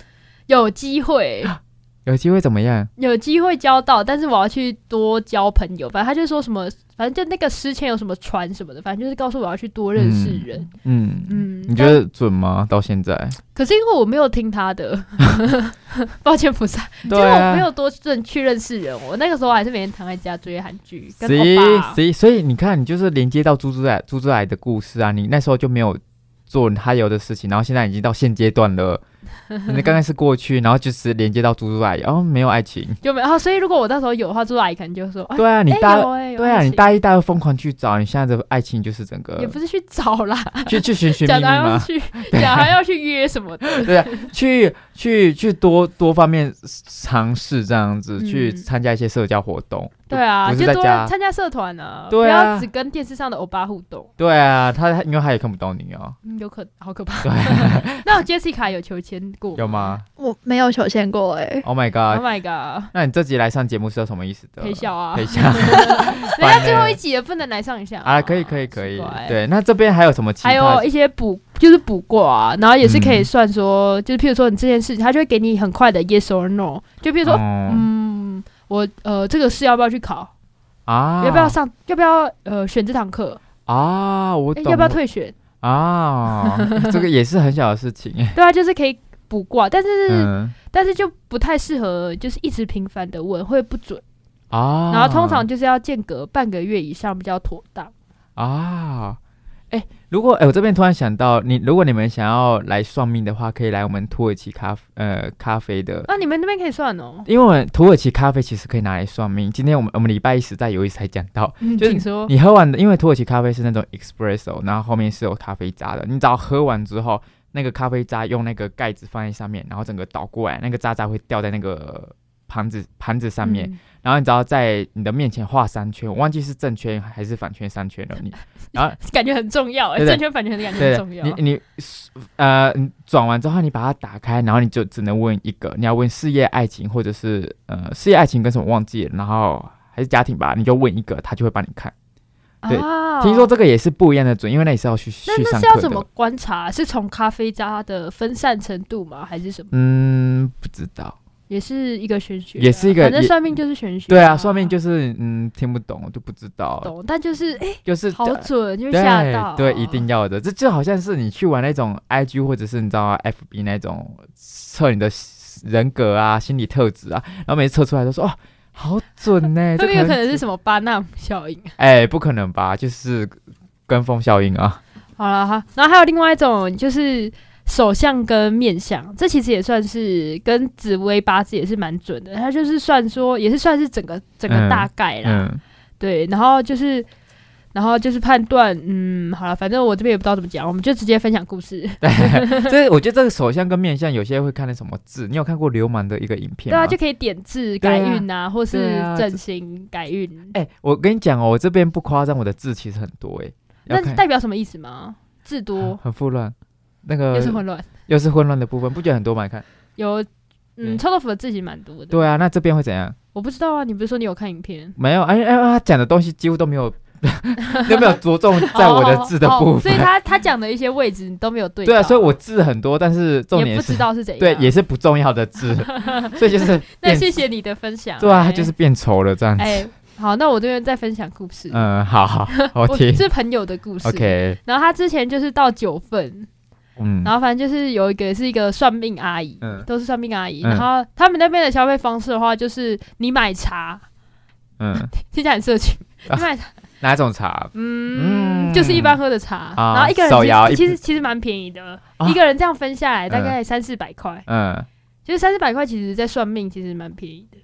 有机会，
有机会怎么样？
有机会交到，但是我要去多交朋友。反正他就说什么，反正就那个诗签有什么传什么的，反正就是告诉我要去多认识人。
嗯，
嗯，
你觉
但？
得准吗？到现在，
可是因为我没有听他的， 抱歉菩萨，
对
因为我
啊
没。有多认去认识人。我那个时候还是每天躺在家追韩剧，跟
谁
欧巴。
谁，所以你看，你就是连接到猪猪仔、猪猪仔的故事啊，你那时候就没有做他有的事情，然后现在已经到现阶段 了，你刚开始过去，然后就是连接到猪猪仔，然、后没有爱情，
就没有啊，所以如果我到时候有的话，朱阿姨可能就说：“哎，
对啊，你
哎
大、
有哎有
对啊，
爱
你
情
大一、呃大二疯狂去找，你现在的爱情就是整
也
个
不是去找啦，
去去寻寻
讲
觅觅
的还要
吗？ 啊
去， 讲还要去约什么的。
对啊，去去去多多方面尝试这样子，去
嗯
参加一些社交活动。
对啊，
不
就是
在
多
家
参加社团啊，
对
不
啊
要只跟电视上的欧巴互动，
对啊，他他因为他也看不到你哦，
嗯，有可好可怕。
对
那 Jessica 有求签过
有吗
我没有求签过哎、
？Oh my
？Oh
god！
my god，
那你这集来上节目是有什么意思的？
陪笑啊
呃 陪笑。
人家最
欸
后一集也不能来上一下
啊，可以可以可以
奇怪，
对，那这边还有什么其他？
还有一些卜就是卜卦、啊，然后也是可以
嗯
算说，就是譬如说你这件事情，他就会给你很快的 yes or no，就譬如说，
嗯
嗯，我呃这个试要不要去考，
啊，
要不要上，要不要呃选这堂课，
啊？我
哎
懂，
要不要退选？
啊？ 这个也是很小的事情，
对啊，就是可以卜卦，但是。
嗯
但是就不太适合，就是一直频繁的问会不准，
啊。
然后通常就是要间隔半个月以上比较妥当。
啊，哎，如果哎，我这边突然想到，你如果你们想要来算命的话，可以来我们土耳其咖啡呃咖啡的。
啊，你们那边可以算哦，
因为我们土耳其咖啡其实可以拿来算命。今天我们我们礼拜一实在有意思才讲到，
嗯，
就是
请说。
你喝完的，因为土耳其咖啡是那种 espresso，然后后面是有咖啡渣的。你只要喝完之后，那个咖啡渣用那个盖子放在上面，然后整个倒过来，那个渣渣会掉在那个盘子盘子上面。
嗯
然后你只要在你的面前画三圈，我忘记是正圈还是反圈三圈了。你
感觉很重要，哎，
对对
正确反权的感觉
对
很重要。
你你呃你转完之后，你把它打开，然后你就只能问一个，你要问事业、爱情，或者是呃事业、爱情跟什么忘记了，然后还是家庭吧，你就问一个，他就会帮你看。对
啊
听说这个也是不一样的准，因为那也是要去去
那那
上
是要
课
怎
的
么。观察？是从咖啡渣的分散程度吗？还是什么？
嗯，不知道。
也是一个玄学啊，
也是一个
反正
也
算命就是玄学。
对啊，算命就是嗯听不懂就不知道，
懂，但就是哎，
就是呃
好准，就
对
会吓到。
对，一定要的。这就好像是你去玩那种 IG 或者是你知道啊 FB 那种测你的人格啊、心理特质啊，然后每次测出来都说哦。好准呢、
会
这
不会有
很
可能是
准
什么巴纳姆效应？
哎、不可能吧？就是跟风效应啊！
好了哈，然后还有另外一种就是手相跟面相，这其实也算是跟紫薇八字也是蛮准的，它就是算说也是算是整个整个
嗯
大概啦，
嗯，
对，然后就是。然后就是判断，嗯，好了，反正我这边也不知道怎么讲，我们就直接分享故事。
这我觉得这个手相跟面相有些会看的什么字，你有看过流氓的一个影
对
片吗？
啊，就可以点痣
对
改
啊
运啊，或是
对啊
整形改运。
哎、我跟你讲哦，我这边不夸张，我的字其实很多哎、要
那
看
代表什么意思吗？痣
很
多
很混乱，那个
又是混乱，
又是混乱的部分，不觉得很多吗？你看，
有
对
嗯，臭豆腐的字其实蛮多的。
对啊，那这边会怎样？
我不知道啊，你不是说你有看影片？
没有，哎哎，他讲的东西几乎都没有， 都没有着重在我的字的部
哦哦哦所
分
以。他他讲的一些位置你都没有对到。
对啊，所以我字很多，但是重
也
点
不知
是，
道是怎样。
对，也是不重要的字，所以就是
那
变
谢谢你的分享。
对啊，
哎
他就是变丑了这样子。
哎，好，那我这边再分享故事。
嗯，好 好，我
我
听。
是朋友的故事。
OK，
然后他之前就是到九份，
嗯
然后反正就是有一个是一个算命阿姨，
嗯
都是算命阿姨。
嗯
然后他们那边的消费方式的话，就是你买茶，
嗯，
听起来很社群。
啊
你买茶，
哪种茶
嗯，
嗯
就是一般喝的茶，
啊
然后一个人
手摇
其
一
实其实其实蛮便宜的，
啊
一个人这样分下来大
嗯
概三四百块，
嗯，
其实三四百块，其实在算命其实蛮便宜的。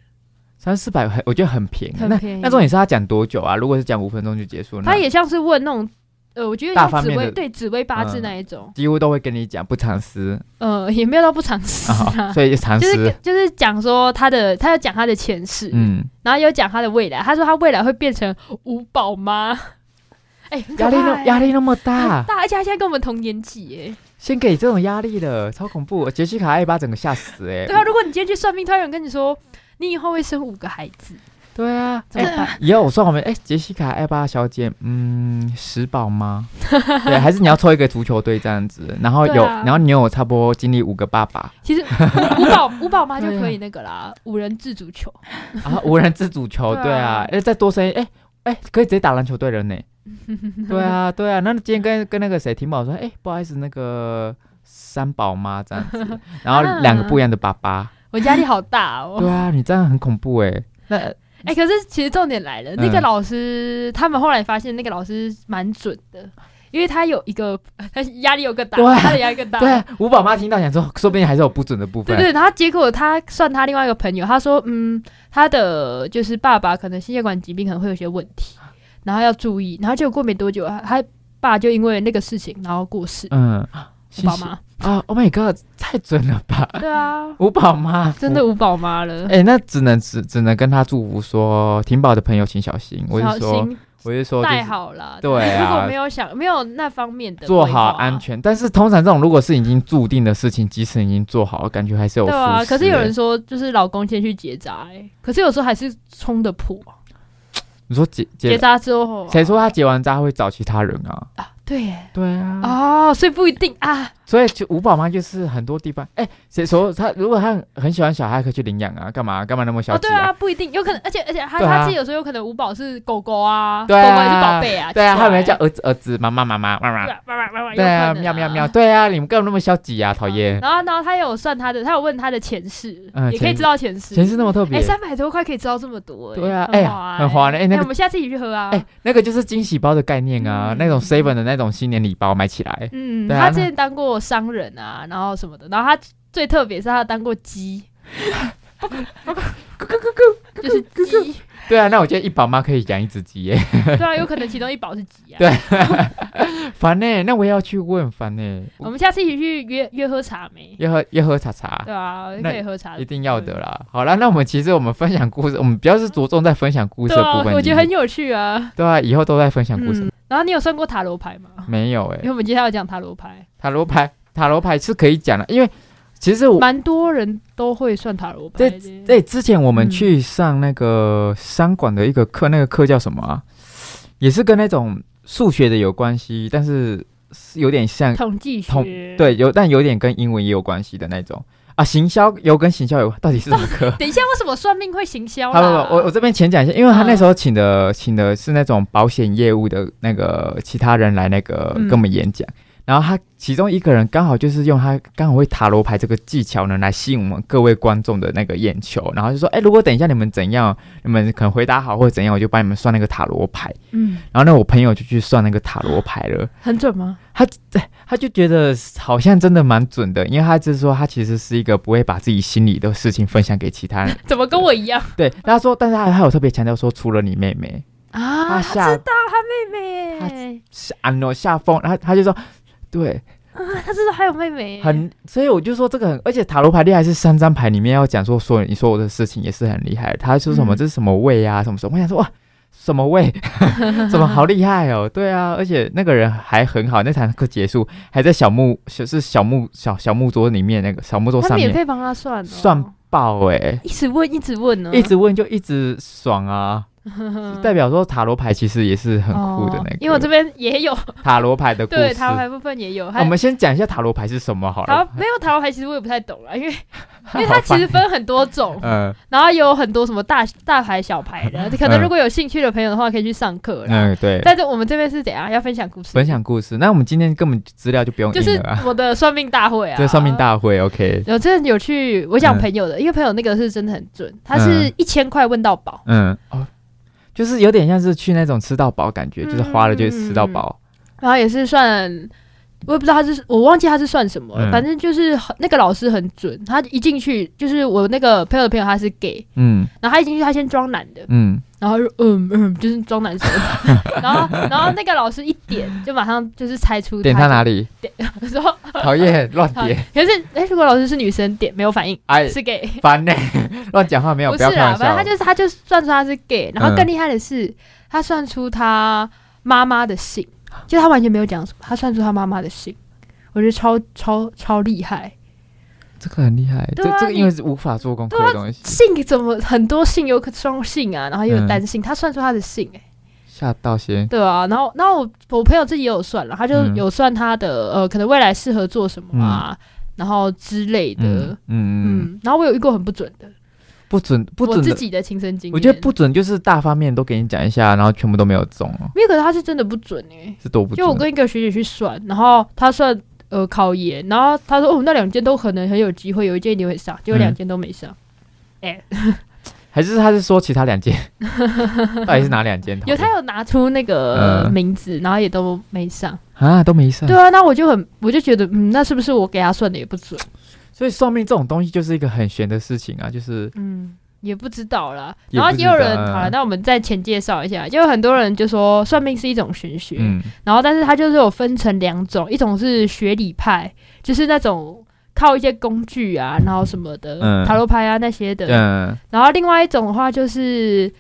三四百很我觉得很便宜。
很
那
便宜
那重点是他讲多久啊？如果是讲五分钟就结束，那
他也像是问那种，呃，我觉得
大
像
方
紫
面
薇
的
对紫薇八字
嗯
那一种，
几乎都会跟你讲不 藏私
呃，也没有到不常识
啊，
啊，
所以藏
就
私、
是跟就是讲说他的，他要讲他的前世，
嗯，
然后有讲他的未来，他说他未来会变成五宝妈，哎、很可
压力
怕
那
欸
压力那么
很
大，
大，而且他现在跟我们同年纪耶。
先给这种压力的，超恐怖！杰西卡艾巴整个吓死哎、
对啊，如果你今天去算命，突然有人跟你说你以后会生五个孩子，
对啊，
怎么
对
办？
以后我算我们哎，杰、西卡艾巴小姐，嗯，十宝吗？ 对，还是你要抽一个足球队这样子，然后
对
有，
啊
然后你有差不多经历五个爸爸
其实五五宝五宝妈就
对啊
可以那个啦，五人制足球。
啊，无人制足球，
对啊
对啊，哎、再多生一哎哎、可以直接打篮球 队了呢。对啊，对啊，那今天跟跟那个谁婷宝说，哎、不好意思，那个三宝妈这样 子，然后两个不一样的爸爸，
我压力好大啊 哦。
对啊，你这样很恐怖哎、 那
哎、可是其实重点来了，那个
嗯
老师、他们后来发现那个老师蛮准的，因为他有一个 他压力有个大，
对啊
他的压力更大。
对啊，五宝妈听到想说，说不定还是有不准的部分
对。对，然后结果他算他另外一个朋友，他说，嗯，他的就是爸爸可能心血管疾病可能会有些问题，然后要注意。然后结果过没多久，他他爸就因为那个事情然后过 世。
嗯，
五宝妈，
啊！Oh my god，太准了吧！
对啊，
五宝妈
真的五宝妈了，
哎、那只能只只能跟他祝福说，婷宝的朋友请小心。我
小
是说，
心
我是说、就
带
是
好啦。
对啊
如果没有想没有那方面的啊
做
规划
好安全。但是通常这种如果是已经注定的事情，即使已经做好了，感觉还是有
对啊，
疏失
可是有人
欸
说，就是老公先去结扎、欸，可是有时候还是冲的破，
你说结
结
结，
扎之后啊，
谁说他结完扎会找其他人啊？
啊？对耶，
对啊，
哦，所以不一定啊，
所以就五宝妈就是很多地方，哎、谁说他如果他很很喜欢小孩，可以去领养啊，干嘛干嘛那么
哦，
小气
对啊，不一定，有可能，而且而且他
对啊
他自己有时候有可能五宝是狗狗啊，
对啊
狗狗也是宝贝啊，
对啊，
奇怪
他们叫儿子儿子妈妈妈妈妈妈
对，啊妈妈妈妈
对
有
啊，
可能
喵喵喵，对啊，你们干嘛那么消极 啊？讨厌，
然后然后他有算他的，他有问他的前世，
嗯
也可以
前
知道前世，
全是那么特别
哎，。三百多块可以知道这么多，哎
对啊，
很
哎
划
呀，很划
哎
呢。哎，那
我
个，
们下次一起去喝啊，
哎，那个就是惊喜包的概念啊
嗯，
那种 seven 的那种新年礼包买起 来，
嗯，
对啊
他
那
之前当过商人啊，然后什么的，然后他最特别是他当过鸡，就是鸡，
对啊，那我觉得一宝妈可以养一只 鸡耶，
对啊，有可能其中一宝是鸡啊。
对烦呢。那我也要去问，烦呢。
我们下次一起去约约喝茶没？
要喝要喝茶茶，
对啊，可以喝茶
一，定要的啦。好啦，那我们其实我们分享故事，我们比较是着重在分享故事
对
的
啊
部，分。
我觉得很有趣啊。
对啊，以后都在分享故事
嗯。，然后你有算过塔罗牌吗？
没有
因为
哎，
我们今天要讲塔罗牌，
塔罗牌塔罗牌是可以讲的，因为其实我
蛮多人都会算塔罗牌
这
的。
对，哎之前我们
嗯
去上那个商管的一个课，那个课叫什么啊？也是跟那种数学的有关系，但是是有点像
统计
统
学。，
对有，但有点跟英文也有关系的那种啊。行销有跟行销有，到底是什么课？
等一下，为什么算命会行销啊
好不
啦？
不，我我这边浅讲一下，因为他那时候请的、请的是那种保险业务的那个其他人来那个
嗯
跟我们演讲，然后他其中一个人刚好就是用他刚好会塔罗牌这个技巧呢来吸引我们各位观众的那个眼球，然后就说，哎、如果等一下你们怎样，你们可能回答好或者怎样，我就帮你们算那个塔罗牌。
嗯，
然后呢，我朋友就去算那个塔罗牌了，
很准吗？
他就觉得好像真的蛮准的，因为他就是说他其实是一个不会把自己心里的事情分享给其他人，
怎么跟我一样
对，他说，但是他还有特别强调说，除了你妹妹。
啊？
他下
知道他妹妹
他
耶。
是安诺下风，然后他就说，对，
他知道还有妹妹耶，
很，所以我就说这个很，而且塔罗牌厉害是三张牌里面要讲说所有你所有的事情也是很厉害，他说什么、
嗯
这是什么位啊，什么什么，我想说哇。什么位？ 什么好厉害哦！对啊，而且那个人还很好。那堂课结束，还在小木小是小木小小木桌里面那个小木桌
他
上
免
面
费帮他算、哦，
算爆哎、
一直问一直问呢，
一直问就一直爽 啊，代表说塔罗牌其实也是很酷的那个。
哦因为我这边也 有
塔罗牌的故事，哦
对塔罗牌部分也有，还
我们先讲一下塔罗牌是什么好
塔
了
罗。没有塔罗牌，其实我也不太懂 啦，因为因为
好
它其实
烦
分很多种，
嗯
然后有很多什么大大牌小牌 的，可能
嗯
如果有兴趣的朋友的话，可以去上课啦。
嗯，对，
但是我们这边是怎样要分享故事？
分享故事。那我们今天根本资料就不用
就
印
是
了啊，
我的算命大会啊，
这算命。大会，OK，
有真的有去，我讲
嗯
朋友的，因为朋友那个是真的很准，他是
嗯
一千块问到饱，
嗯，哦，就是有点像是去那种吃到饱感觉，就是花了就吃到饱，
然后也是算我也不知道他是我忘记他是算什么了，
嗯
反正就是很那个老师很准，他一进去就是我那个朋友的朋友他是 gay，
嗯
然后他一进去他先装男的，
嗯
然后就嗯嗯就是装男生，然后然后那个老师一点就马上就是猜出
点他哪里？
里，说
讨厌，乱点，
可是哎、如果老师是女生点没有反应
哎，
是 gay，
烦呢， 乱讲话没有，
不
不
是
要开
啦，
玩
反正他就
笑。
是他就算出他是 gay，然后
嗯
更厉害的是、他算出他妈妈的姓，就他完全没有讲什么，他算出他妈妈的姓，我觉得超超超厉害。
这个很厉害，这
对啊
这个因为是无法做功课的东西，
姓怎么很多姓有可双姓啊，然后又
嗯
有单姓，他算出他的姓、欸，
吓到先。
对啊，然后然后我我朋友自己也有算了，他就
嗯
有算他的、呃，可能未来适合做什么啊，然后之类的，
嗯
嗯
嗯嗯，
然后我有遇过很不准的，
不准不
我
准
自
的，
己的亲身经验，
我觉得不准就是大方面都给你讲一下，然后全部都没有中哦，
没有，可是他是真的不准哎、
是多不
就我
准。
跟一个学姐去算，然后她算呃考研，然后她说哦那两间都可能很有机会，有一间一定会上，结果
嗯
两间都没上，
还是他是说其他 两间，到底是哪两间？
有她有拿出那个
嗯
名字，然后也都没上。
啊，都没上。
对啊，那我就很，我就觉得，嗯，那是不是我给他算的也不准？
所以算命这种东西就是一个很玄的事情啊，就是
嗯，也不知道啦。
也
然后
不
也
知
有
道
人，
啊
好了，那我们再前介绍一下，就有很多人就说算命是一种玄学，
嗯
然后但是它就是有分成两种，一种是学理派，就是那种靠一些工具啊，然后什么的，
嗯
塔罗牌啊那些的。
嗯
然后另外一种的话就是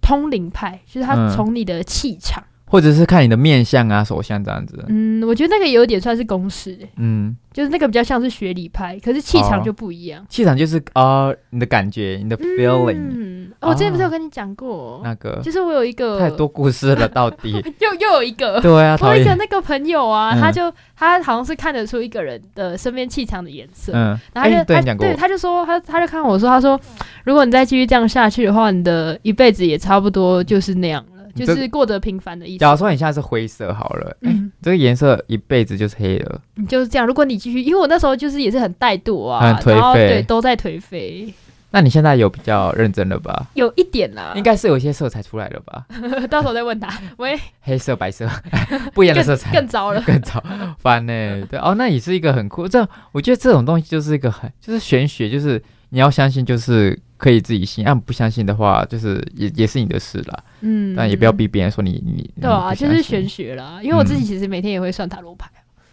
通灵派，就是他
嗯
从你的气场，
或者是看你的面相啊、手相这样子。
嗯我觉得那个有点算是公式、欸
嗯，
就是那个比较像是学理派，可是气场
哦
就不一样。
气场就是呃你的感觉、你的 feeling，、
嗯，哦我之前不是
啊
有跟你讲过，
那个
哦就是我有一个
太多故事 了，到底。
又又有一个，
对啊，
我
讨
有一个
厌。
那个朋友啊，
嗯
他就他好像是看得出一个人的身边气场的颜色，
嗯，
然后他
哎
就、
对
他
你讲过
对，他就说他他就看我说，他说如果你再继续这样下去的话，你的一辈子也差不多就是那样了，
你
就
这
是过得平凡的意思
假。如说你现在是灰色好了，哎、
嗯，
这个颜色一辈子就是黑了。
你就是这样。如果你继续，因为我那时候就是也是很怠惰啊，
很颓
然后
废
对，都在颓废，
那你现在有比较认真了吧？
有一点啦。
应该是有一些色彩出来了吧？
到时候再问 他，喂，
黑色、白色， 不一样的色彩，
更糟了。
更早翻呢、对哦，那也是一个很酷。这我觉得这种东西就是一个很就是玄学，就是你要相信，就是可以自己信；，按、啊不相信的话，就是也也是你的事啦。
嗯，
但也不要逼别人说你你
对啊，
你不
就是
相信
玄学啦。因为我自己其实每天也会算塔罗牌，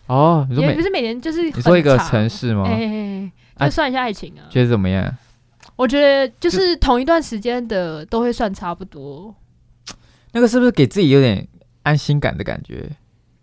啊
哦。你说
也
每
不是每天，就是
你说一个城
城，
市吗？
哎哎，哎
啊
就算一下爱情啊。
觉得怎么样？
我觉得就是同一段时间的都会算差不多。
那个是不是给自己有点安心感的感觉？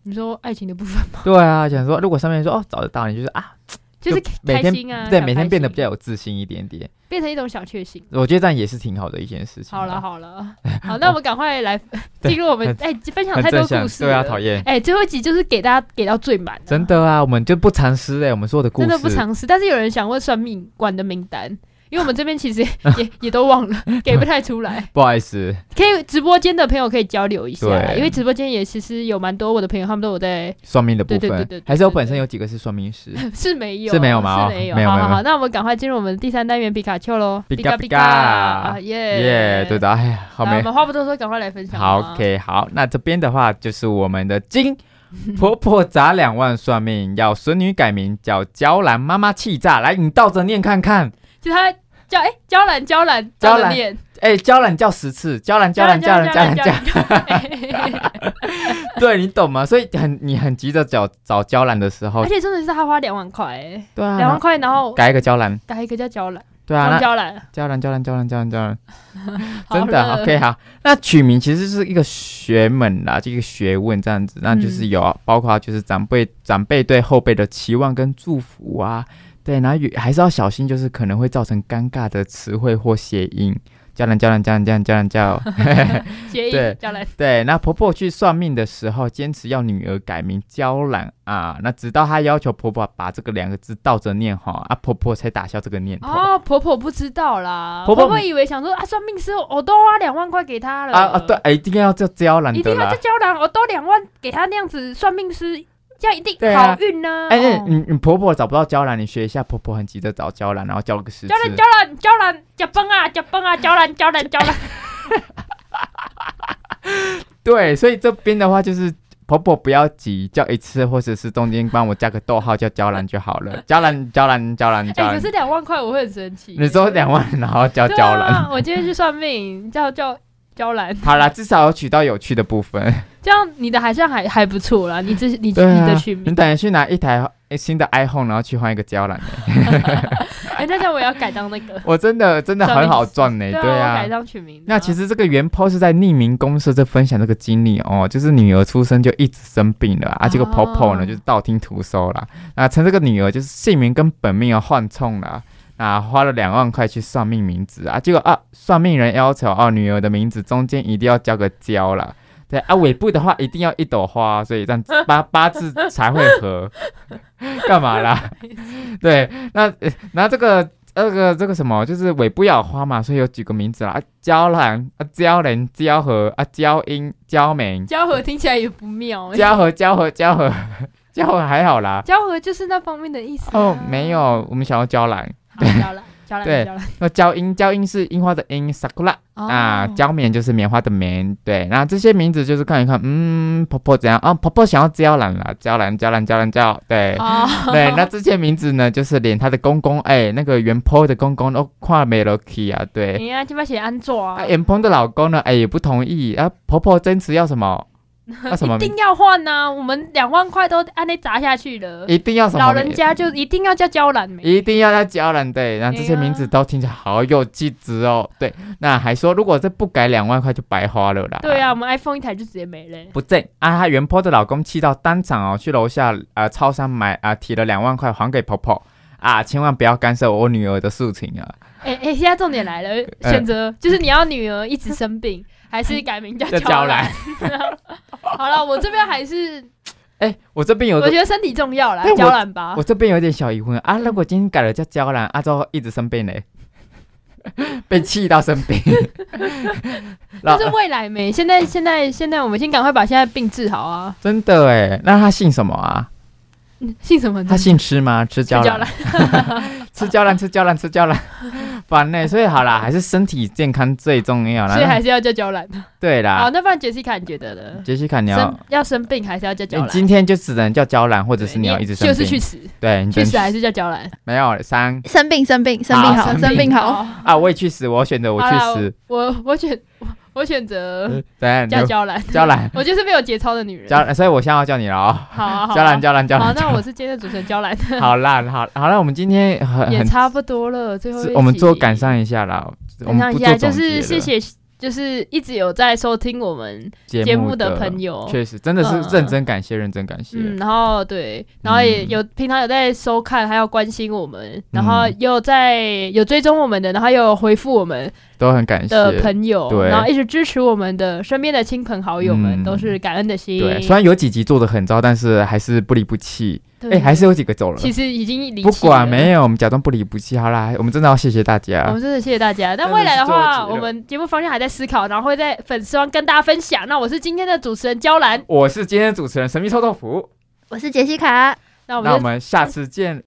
你说爱情的部分 吗？
对啊，想说如果上面说哦找得到你，就是啊，
就是
每
开
天
心啊，
对
小
每
开
天
心
变得比较有自信一点点。
变成一种小确幸。
我觉得这样也是挺好的一件事情啊。
好了好了，好，那我们赶快来
对
进入我们哎分享
很
太多
正向
故，事
对啊，
了，
讨厌。
哎，最后一集就是给大家给到最满啊，
真的啊，我们就不藏私哎、我们所有的故事
真的不尝试。但是有人想问算命馆的名单，因为我们这边其实 也也都忘了，给不太出来。
不好意思，
可以直播间的朋友可以交流一下啦，
对
因为直播间也其实有蛮多我的朋友，他们都有在，
算命的部分，
对对对对对
还是我本身有几个是算 命师。
是没有
是没有吗
是没有，
哦没有
好
没有
好好，那我们赶快进入我们的第三单元皮卡丘喽，
皮卡
皮
皮
卡
卡
啊耶
耶、对，的，哎呀，好
来我
没
们话不多说，赶快来分享吧。
好，OK，好，那这边的话就是我们的金婆婆砸两万算命，要孙女改名叫娇兰，妈妈气炸，来你倒着念看看，
就他叫哎，娇兰娇兰
娇
娇
兰
兰念，
哎、娇兰叫十次，娇兰娇兰娇兰娇兰娇兰，
兰，
对你懂吗？所以很你很急着找找娇兰的时候
而，且重点是他花两万块，哎，
对啊，
两
然
万
后
块，然后
改一个娇兰，
改一个叫娇兰，
对啊，
叫
那
娇兰，
娇兰娇兰娇兰娇兰娇兰。
好呃
真的啊
了
OK 好，那取名其实是一个学问啦，这个学问这样子，那
嗯
就是有、包括就是长辈长辈对后辈的期望跟祝福啊，对，然后也还是要小心，就是可能会造成尴尬的词汇或谐音。叫人叫人叫人叫人叫人叫，
协议
对
娇 兰，
对，那婆婆去算命的时候，坚持要女儿改名娇兰啊，那直到她要求婆婆把这个两个字倒着念哈，啊，婆婆才打消这个念头。
哦，婆婆不知道啦，婆
婆婆
婆以为想说啊，算命师我都花两万块给他了
啊啊，对，，哎一定要叫娇兰
一
的
定要
啦
叫，娇兰，我都两万给他那样子，算命师这样一定
对
好
啊
运呢。
哎、哎，
哦
你你婆婆找不到娇兰，你学一下，婆婆很急着找娇兰，然后叫个十次
娇。兰娇兰娇兰，加崩啊加崩啊，娇兰娇 兰娇兰，
对，所以这边的话就是婆婆不要急，叫一次或者是中间帮我加个逗号叫娇兰就好了。 娇兰，娇兰，娇兰，娇
哎，可
兰。
是两万块我会很生气。
你说两万，然后叫
对
娇兰。
啊，我今天去算命，叫叫娇兰，
好啦，至少有取到有趣的部分。
这样你的还算还还不错啦。你这你、你
对啊
的取
你
名，
等于去拿一台诶新的 iPhone，然后去换一个娇兰。
哎、那这样我也要改当那个。
我真的真的很好赚呢、
对
对
啊，我
啊
改。当取名。
那其
实
实这个原 po 是在匿名公社这分享这个经历哦，就是女儿出生就一直生病了啊，这个
哦
Popo 呢就是道听途说啦，那称这个女儿就是姓名跟本命要换冲了。啊，花了两万块去算命名字啊，结果啊，算命人要求哦，女儿的名字中间一定要加个娇啦，对啊，尾部的话一定要一朵花，所以这样八八字才会合，干嘛啦？对，那呃那这个那个这个什么，就是尾部要有花嘛，所以有几个名字啦，啊娇兰、啊娇人、娇和、啊娇英、娇明、
交合听起来也不妙、欸。
娇和、娇和、娇和、 娇和还好 啦。
交合就是那方面的意思、啊。
哦，没。有，我们想要娇兰，
好，交兰，交
对
兰，交兰。
那娇英，娇英是樱花的樱，sakura
哦
啊，娇棉就是棉花的棉，对，那这些名字就是看一看，嗯，婆婆怎样啊？婆婆想要娇兰啦，娇兰，娇兰，娇兰，娇，对。
哦，
对，那这些名字呢，就是连她的公公，哎、那个原 po 的公公都跨没了去啊，对，
你啊，今麦写安卓啊
啊，，原 po 的老公呢，哎、也不同意，啊，婆婆坚持要 什么，要什么
一定要换呐、我们两万块都按那砸下去了，
一定要什么名，
老人家就一定要叫娇兰梅。
一定要要教人对，然后这些
对啊
名字都听起来好有气质哦，对，那还说如果这不改两万块就白花了啦，
对啊，我们 iPhone 一台就直接没了。
不正啊！她原 po 的老公气到当场哦，去楼下呃超商买啊、提了两万块还给婆婆啊，千万不要干涉我女儿的 事情啊！
哎、哎、现在重点来了，
呃
选择、就是你要女儿一直生 病，还是改名叫
这
娇
娇
兰
兰？
好了，我这边还是
哎、 我这边有
我
个
觉得身体重要啦
但，我
娇兰吧
我。这边有点小疑问
嗯
啊，如果今天改了叫娇兰，阿、啊、周一直生 病嘞，被气到生病，老
但是未来没，现在现在现在，我们先赶快把现在病治好啊！
真的哎，那他姓什么啊？
嗯 姓什么？
他姓吃吗？吃
叫
娇兰，，吃娇兰，吃娇兰，吃 娇兰，烦呢。所以好啦，还是身体健康最重要啦。
所以还是要叫娇兰。
对
好，
啦，
那不然杰西卡你觉得呢？
杰西啊卡，你要
生要生病还是要叫娇
你
兰？
今天就只能叫娇兰，或者是你要一直生
就
病，
是去死，
对，你只
去
能
死还是叫娇兰？
没有三
生病生病生病
好
好生病好，
好
啊，我也去死，我选择我去
啦
死，
哦我我选我我选择
对，
叫
呃你
娇兰，
娇兰，
我就是没有节操的女人。
娇兰，所以我现在要叫你了哦，
好啊，好啊
娇兰，。娇兰，娇
好，
兰，
那我是今天的主持人娇 兰，
好啦，好，好了，我们今天很
也
很
差不多了。最后一
是
集
我们做感上一下啦，我
感
们
上
不
一
做
下，就
总
是谢
结了
谢，就是一直有在收听我们节
节
目
的
的朋友。
确实真的是
嗯
认真感谢，认真感谢。
嗯，然后对，然后
嗯
也有、平常有在收看，还有关心我们，然后
嗯
又在有追踪我们的，然后又有回复我们，
都很感谢。
的朋友，
对
然后一直支持我们的身边的亲朋好友们，
嗯
都是感恩的心。
对，虽然有几集做的很糟，但是还是不离不弃。
对，
哎，还是有几个走了，
嗯其实已经离
不管没
有。
有，我们假装不离不弃。好啦，我们真的要谢谢大
我
家
们。真的谢谢大家。但
真的
未来的
是
话，
做急了
我们节目方向还在思考，然后会在粉丝网跟大家分享。那我是今天的主持人娇兰，
我是今天的主持人神秘臭豆腐，
我是杰西卡。
那我们
那
就
我们下次见，